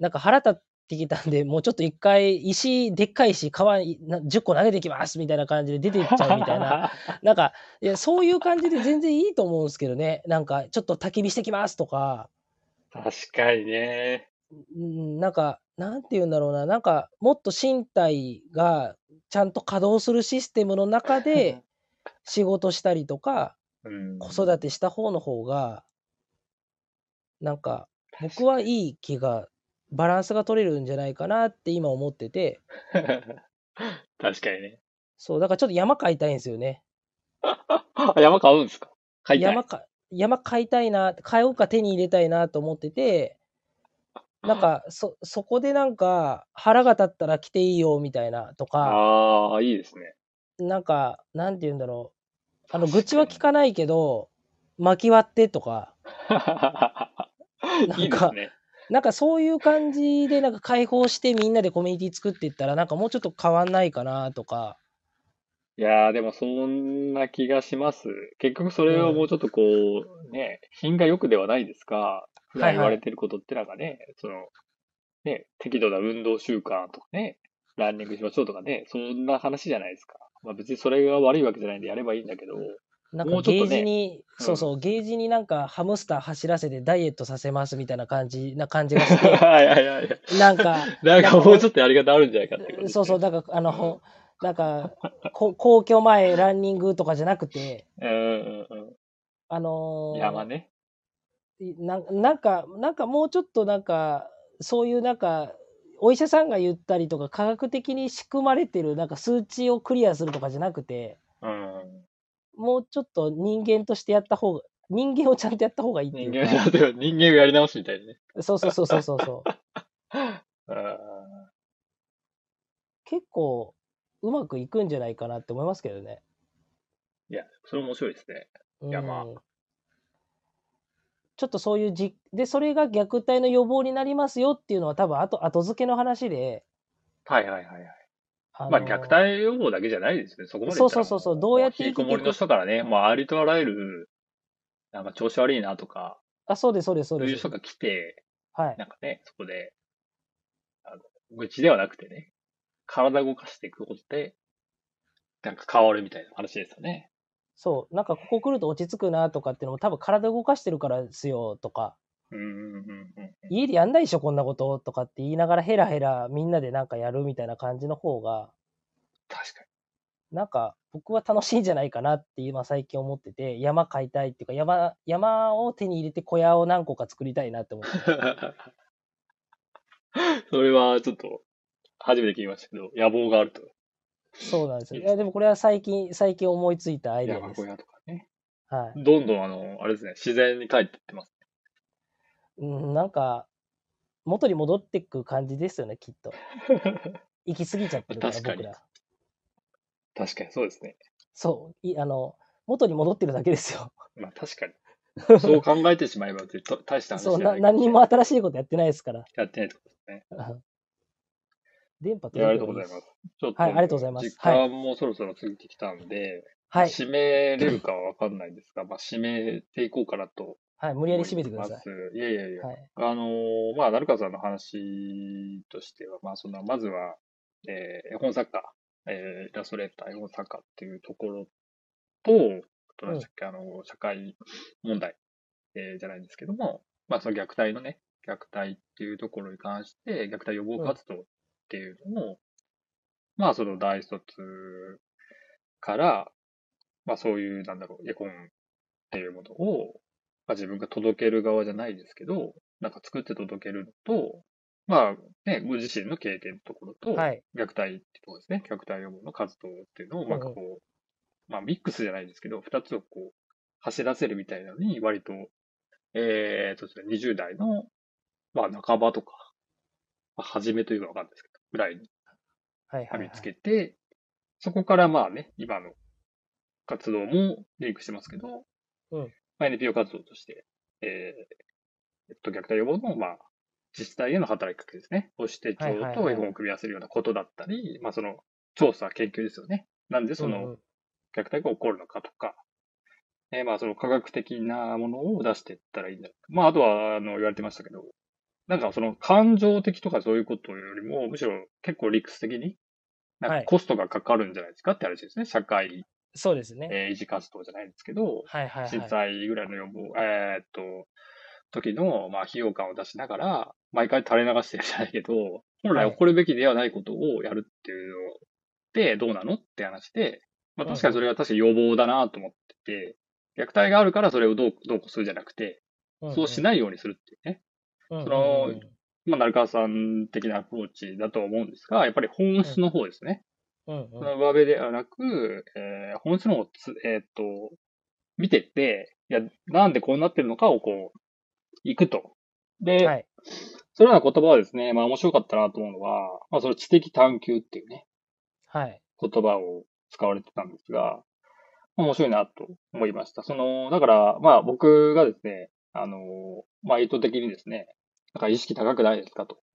なんか腹立ってきたんでもうちょっと一回石でっかい石川にな10個投げてきますみたいな感じで出ていっち ゃうみたいななんかいやそういう感じで全然いいと思うんですけどねなんかちょっと焚き火してきますとか確かにね。うんなんか、なんて言うんだろうな、なんか、もっと身体がちゃんと稼働するシステムの中 で仕事したりとか、うん、子育てした方の方が、なんか、僕はいい気が、バランスが取れるんじゃないかなって今思ってて、 確かにね。そう、だからちょっと山買いたいんですよね。あ山買うんですか買いたい。山か、山買いたいな、買おうか手に入れたいなと思ってて、なんか、そ、そこでなんか、腹が立ったら来ていいよみたいなとか、ああ、いいですね。なんか、なんて言うんだろう。あの、愚痴は聞かないけど、巻き割ってとか、 いいですね。なんかそういう感じで、なんか解放してみんなでコミュニティ作っていったら、なんかもうちょっと変わんないかなとか。いやー、でもそんな気がします。結局それをもうちょっとこう、ね、品が良くではないですが、普段はいはい言われてることってなんかね、その、ね、適度な運動習慣とかね、ランニングしましょうとかね、そんな話じゃないですか。まあ別にそれが悪いわけじゃないんでやればいいんだけど、なんもかうちょっゲとーねジに、うんそうそう、ゲージになんかハムスター走らせてダイエットさせますみたいな感じな感じがし て、 はいはいはいはい。なんか、なんかもうちょっとやり方あるんじゃないかってことですそうそう、ね。だから、あの、なんか、こ皇居前ランニングとかじゃなくて、うんうんうあのん。ー山ね。ななんか、なんかもうちょっとなんか、そういうなんか、お医者さんが言ったりとか、科学的に仕組まれてる、なんか数値をクリアするとかじゃなくて、うん。もうちょっと人間としてやった方が、人間をちゃんとやった方がいいってい人う間、か。人間をやり直すみたいなね。そうそうそうそうそうそう。うん結構、うまくいくんじゃないかなって思いますけどね。いや、それ面白いですね。うん、いやまあちょっとそういうじ、で、それが虐待の予防になりますよっていうのは多分後、後付けの話で。はいはいはいはい。あまあ、の虐待予防だけじゃないですね。そこまでそうそうそうそうどうやって引生ききこていくもりの人からね、まあ、ありとあらゆる、なんか調子悪いなとか、あ、そうです、そうです、そうそうでいうす。人が来て、はい。なんかね、そこで、あの、愚痴ではなくてね、体動かしていくことで、なんか変わるみたいな話ですよね。そう。なんかここ来ると落ち着くなとかっていうのも多分体動かしてるからですよとか、うんうんうんうん。家でやんないでしょこんなこととかって言いながらヘラヘラみんなでなんかやるみたいな感じの方が、確かなんか僕は楽しいんじゃないかなって今最近思ってて、山買いたいっていうか山、山を手に入れて小屋を何個か作りたいなって思って。 に。それはちょっと、初めて聞きましたけど、野望があると。そうなんですよ。いや、でもこれは最近、最近思いついたアイデア山です小。屋とかね。はい。どんどん、あの、あれですね、自然に帰っていってます。うん、なんか、元に戻ってく感じですよね、きっと。行き過ぎちゃってるから、確かに僕ら。確かにそうですね。そう。いあ の、元に戻ってるだけですよ。まあ確 かに。そう考えてしまえば、絶対大した話じそゃうなな、いか何にもしれもない。新しいことやってないですから。 やってないってことですね。うん電波いやありがとうございます。ちょっと、はいありがとうございます時間もそろそろ過ぎてきたんで、はい。締めれるかはわかんないですが、まあ、締めていこうかなとはい。無理やり締めてくださ思います。いやいやいい。や。はい。あのーまあ、成川さんの話としては、まあ、その、まずは、えー絵本作家、えーイラストレーター、絵本作家っていうところと、あと何でしたっけ、あの、社会問題、えーじゃないんですけども、まあ、その虐待のね、虐待っていうところに関して、虐待予防活動っていうのを、まあ、その大卒から、まあ、そういう、なんだろう、絵本っていうものを、まあ、自分が届ける側じゃないですけど、なんか作って届けるのと、まあね、ご自身の経験のところと、はい。虐待ってところですね。虐待予防の活動っていうのを、なんかこう、まあミックスじゃないですけど、二つをこう、走らせるみたいなのに、割と、えー、そうですね、20代の、まあ半ばとか、まあ、初めというかわかんないですけど、ぐらいにはい。ははみい。つけて、そこからまあね、今の活動もリンクしてますけど、うんまあ NPO 活動として、えーえっと、虐待予防の、まあ、自治体への働きかけですね。をして、はいはいはい長と絵本を組み合わせるようなことだったり、まあ、その、調査、研究ですよね。なんでそうんうの、ん虐待が起こるのかとか、えーまあ、その科学的なものを出していったらいいんだろうか。まあ、あとは、あの、言われてましたけど、なんかその感情的とかそういうことよりも、むしろ結構理屈的に、なんかはいコストがかかるんじゃないですかって話ですね。社会、そうですね。えー維持活動じゃないんですけど、はいはい震はい。災ぐらいの予防、えーっと、時の、まあ、費用感を出しながら、毎回垂れ流してるじゃないけど、本来起こるべきではないことをやるっていうのってどうなのって話で、まあ、確かにそれは確かに予防だなと思ってて、虐待があるからそれをどうどうこうするじゃなくて、そうしい。ないようにするっていうね。そそのまあ、成川さん的なアプローチだと思うんですが、やっぱり本質の方ですね。うんそうんの上辺ではなく、えー本質の方をつ、えーっと、見てって、いや、なんでこうなってるのかをこう、行くと。で、はい。それらの言葉はですね、まあ面白かったなと思うのは、まあその知的探求っていうね、はい。言葉を使われてたんですが、まあ面白いなと思いました。その、だから、まあ僕がですね、あの、まあ意図的にですね、なんか意識高くないですかと。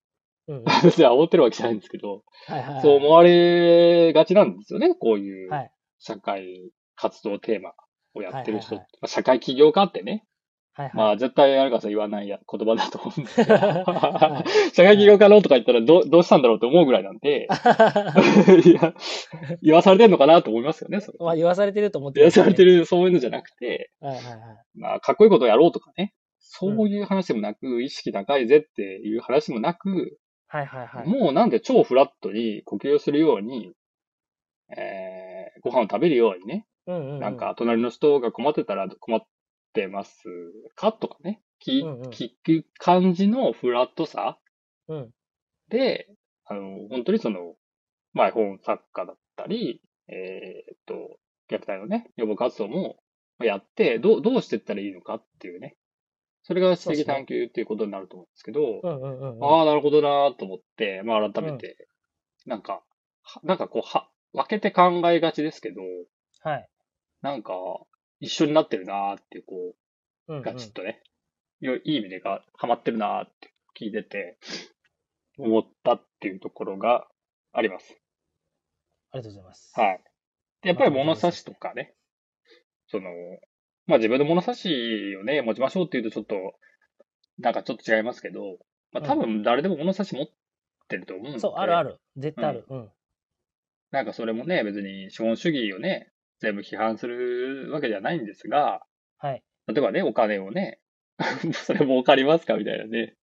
うんうん別に煽ってるわけじゃないんですけど、はいはいはいそう思われがちなんですよね、こういうはい社会活動テーマをやってる人。はいはいはまあ社会起業家ってね、はいまはあ絶対あるかさん言わないや言葉だと思うんですけ ど、は社会起業家のとか言ったらどどうしたんだろうと思うぐらいなん で、い。いや言わされてるのかなと思いますよね、それ。 まあ言わされてると思って言わされてる。る、そういうのじゃなくて、はいはいはい。まあ、かっこいいことをやろうとかね、そういう話でもなく、意識高いぜっていう話でもなく、はいはいはい。もうなんで超フラットに呼吸をするように、えー、ご飯を食べるようにね、うんううなんか、隣の人が困ってたら困ってますかとかね、聞,、うんうん聞く感じのフラットさうん。で、あの、本当にその、まあ、絵本作家だったり、えーっと、虐待のね、予防活動もやって、どう、どうしていったらいいのかっていうね、それが知そうで的すね探求っていうことになると思うんですけど、うんうんうんうん。ああ、なるほどなーと思って、まあ改めて、なんか、はなんかこう、は、分けて考えがちですけど、はい。なんか、一緒になってるなーっていう、こうんうう、んガチッとね、よいい意味でが、ハマってるなーって聞いてて、思ったっていうところがあります。ありがとうございます。はい。でやっぱり物差しとかね、その、まあ自分の物差しをね、持ちましょうっていうとちょっと、なんかちょっと違いますけど、まあ多分誰でも物差し持ってると思うんで。そう、あるある。絶対ある。うん。なんかそれもね、別に資本主義をね、全部批判するわけじゃないんですが、はい。例えばね、お金をね、 それ儲かりますかみたいなね。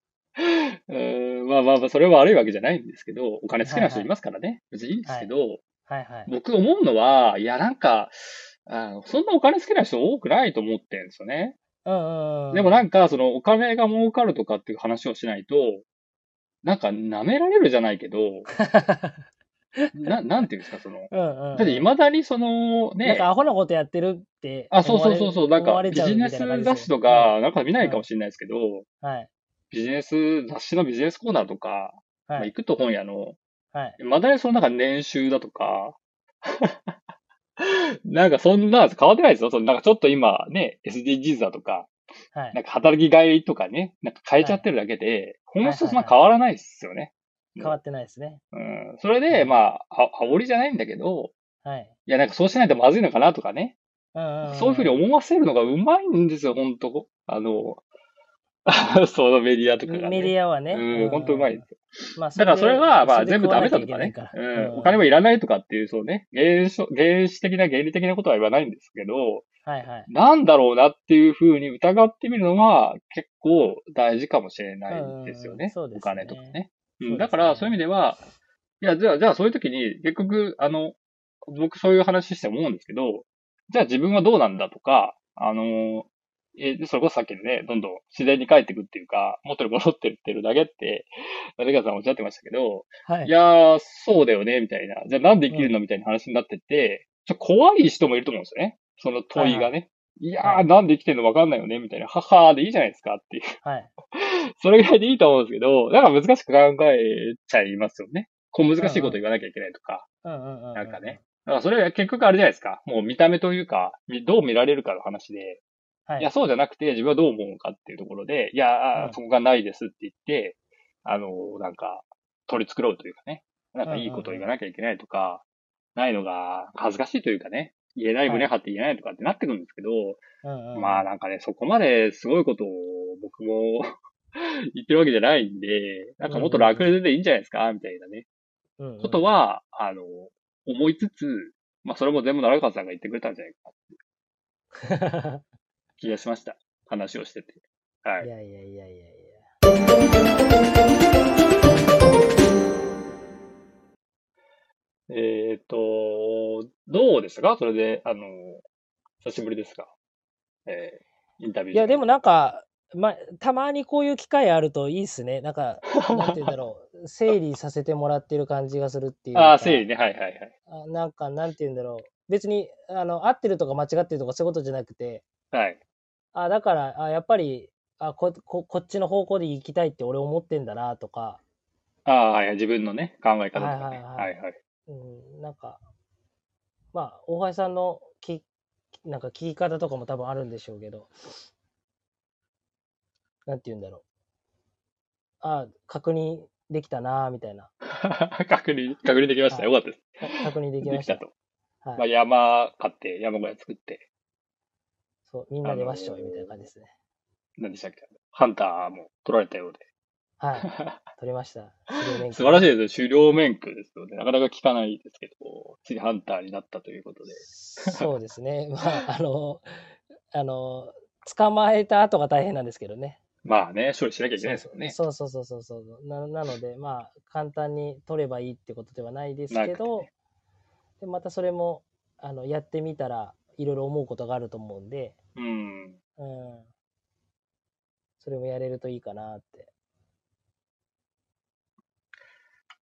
うーんまあまあまあ、それは悪いわけじゃないんですけど、お金好きな人いますからね。別にいいんですけど、はいはい。僕思うのは、いやなんか、あそんなお金好きな人多くないと思ってるんですよね。うんうんうん。でもなんんか、そのお金が儲かるとかっていう話をしないと、なんか舐められるじゃないけど、ななんていうんですか、そ の、うんうん。だって未だにそのなんねか、アホなことやってるってあ、そうそうそうそう、なん思かわれビちゃうジみネたいスな感じ雑です誌よとか、なんか見ないかもしれないですけど、はい。ビジネス、雑誌のビジネスコーナーとか、まあ、はい。行くと本屋の、はい。まだにそのなんか年収だとか、 なんかそんな変わってないですよ。そのなんかちょっと今ね、SDGs だとか、はいなんか働きがいとかね、なんか変えちゃってるだけで、本質とそんな変わらないですよね。変わってないですね。うん。それで、まあ、あ煽りじゃないんだけど、はい。いや、なんかそうしないとまずいのかなとかね。うんそういうふうに思わせるのがうまいんですよ、ほんと。あの、 そのメディアとかが、ね。メディアはね。うん、ほんとうまい。まあだからそれは、まあ全部ダメだととかね。う。うんお金もいらないとかっていう、そうね、原始、原始的な原理的なことは言わないんですけど、はいはい。なんだろうなっていうふうに疑ってみるのは結構大事かもしれないですようんね。そうですねお金とかね。そうですうん。ねだからそういう意味では、いや、じゃあ、じゃあそういう時に結局、あの、僕そういう話して思うんですけど、じゃあ自分はどうなんだとか、あの、え、それこそさっきのね、どんどん自然に帰ってくっていうか、元に戻ってってるだけって、成川さんおっしゃってましたけど、はい。いやー、そうだよね、みたいな。じゃあなんで生きるのみたいな話になってて、ちょ怖い人もいると思うんですよね。その問いがね。いやはー、なんで生きてんのわかんないよね、みたいな。ははーでいいじゃないですかっていう。 はい。それぐらいでいいと思うんですけど、だから難しく考えちゃいますよね。こう難しいこと言わなきゃいけないとか。うんうんうん。なんかね。だからそれは結局あれじゃないですか。もう見た目というか、みどう見られるかの話で、はいい。や、そうじゃなくて自分はどう思うのかっていうところで、いやうー、んそこがないですって言って、あのー、なんか、取り繕うというかね、なんかいいことを言わなきゃいけないとか、ないのが恥ずかしいというかね、言えない胸張って言えないとかってなってくるんですけど、うんうんまあなんかね、そこまですごいことを僕も 言ってるわけじゃないんで、なんかもっと楽でいいんじゃないですか、みたいなね、うんうんこ とは、あの、思いつつ、まあそれも全部奈良川さんが言ってくれたんじゃないかな気がしました。話をしてて。はいい。やいやいやいやいや。えっ、と、どうでしたかそれで、あの、久しぶりですが、えーインタビュー。いや、でも、なんか、まあ、たまにこういう機会あるといいっすね。なん か、なんて言うんだろう。整理させてもらってる感じがするっていうか。ああ、整理ね。はいはいはい。あなんか、なんて言うんだろう。別に、あの、合ってるとか間違ってるとかそういうことじゃなくて、はい。あだから、あやっぱり、あこここっちの方向で行きたいって俺思ってんだなとか、ああ、はいはい自分のね、考え方とかね。ははいはいはいいはい。うん、なんか、まあ、大橋さんのき、なんか聞き方とかも多分あるんでしょうけど、なんて言うんだろう。あ、確認できたな、みたい な。確認、確認できました。よかったです。か確認できでまきしたた。と。はいまあ、山買って、山小屋作って、そう、みんなでわっしょい、みたいな感じですね。何でしたっけハンターも取られた ようはい、で。取りました。狩猟免許素晴らしいですよ。狩猟免許ですので、なかなか聞かないですけど、ついにハンターになったということで。そうですね。まあ、あの、あの、捕まえた後が大変なんですけどね。まあね、処理しなきゃいけないですよね。そうそうそうそうそう。ななので、まあ、簡単に取ればいいってことではないですけど、なくてでまたそれもあのやってみたらいろいろ思うことがあると思うんで、うん。うん、それもやれるといいかなって。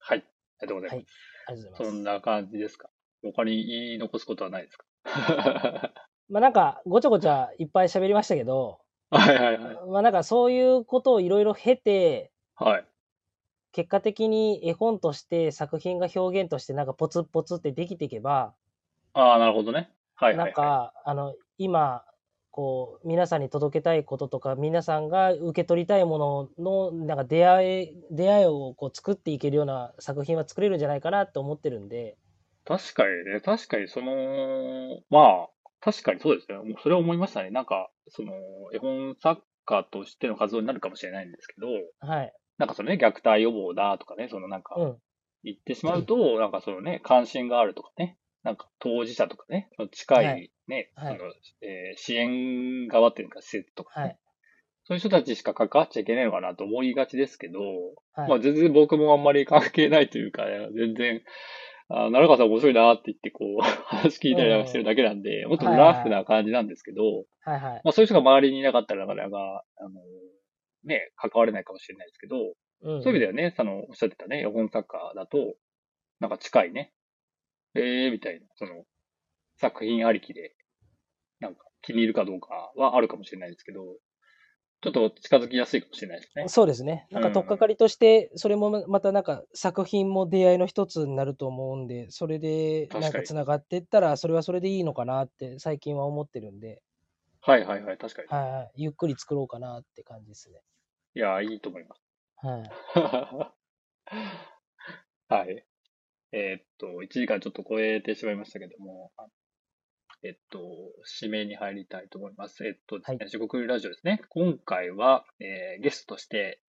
はい。ありがとうございます。はいありがとうございまそす。んな感じですか。他に言い残すことはないですかまあなんか、ごちゃごちゃいっぱい喋りましたけど、 はいはいはい。まあなんかそういうことをいろいろ経て、はい。結果的に絵本として作品が表現としてなんかポツポツってできていけば、ああ、なるほどね。はいはなんい、はか、あの、今、こう、皆さんに届けたいこととか、皆さんが受け取りたいものの、なんか出会い、出会いをこう作っていけるような作品は作れるんじゃないかなと思ってるんで、い。確かにね、確かにその、まあ、確かにそうですね。もうそれは思いましたね。なんか、その、絵本作家としての活動になるかもしれないんですけど、はい。なんかそのね、虐待予防だとかね、そのなんか、うん。言ってしまうと、なんかそのね、関心があるとかね、なんか当事者とかね、その近はいいね、はいそのえー支援側っていうか、施設とかね、はい。そういう人たちしか関わっちゃいけないのかなと思いがちですけど、はい。まあ全然僕もあんまり関係ないというか、全然、あ奈良川さん面白いなって言って、こう、 話聞いたりなんかしてるだけなんで、もっとラフな感じなんですけど、はいはい。まあそういう人が周りにいなかったらなかなか、あの、ね、関われないかもしれないですけど、うんそういう意味ではね、その、おっしゃってたね、絵本作家だと、なんか近いね。ええー、みたいな、その、作品ありきで、なんか気に入るかどうかはあるかもしれないですけど、ちょっと近づきやすいかもしれないですね。そうですね。なんか、取っかかりとして、それもまたなんか、作品も出会いの一つになると思うんで、それで、確なかにんか、つながっていったら、それはそれでいいのかなって、最近は思ってるんで、はいはいはい、確かに。はいはい、ゆっくり作ろうかなって感じですね。いやー、いいと思います。はい。 はい。えーっと、1時間ちょっと超えてしまいましたけども、あえっと、指名に入りたいと思います。えっと、はい地獄ラジオですね。今回は、えーゲストとして、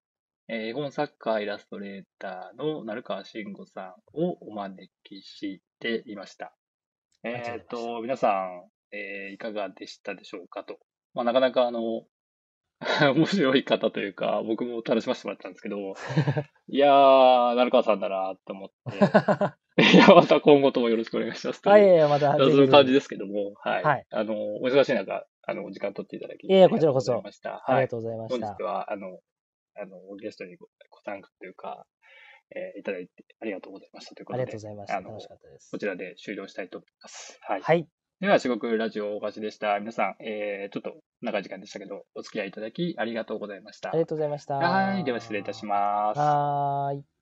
えー絵本作家イラストレーターの成川慎吾さんをお招きしていました。りがとうござえーいまっしたと、皆さん、えーいかがでしたでしょうかと。まあ、なかなかあの、 面白い方というか、僕も楽しませてもらったんです けど、いやー、成川さんだなーって思っ て、いや、また今後ともよろしくお願いしますとあ、いいう、やいや、また、そうぜひいう感じぜですけども、はい。はいあの、お忙しい中、あの、お時間取っていただき、いやいやこちらこそありがとうございました。ひあはりいが。とうございま本した日。は、あの、あの、ゲストにごご参加というか、えーいただいてありがとうございましたというこあとりで、がとうございました。あの楽しかったですこ。ちらで終了したいと思います。はい。はい。では、四国ラジオ大橋でした。皆さん、えー、ちょっと長い時間でしたけど、お付き合いいただきありがとうございましたあり。がとうございました。はい。では、失礼いたします。はーい。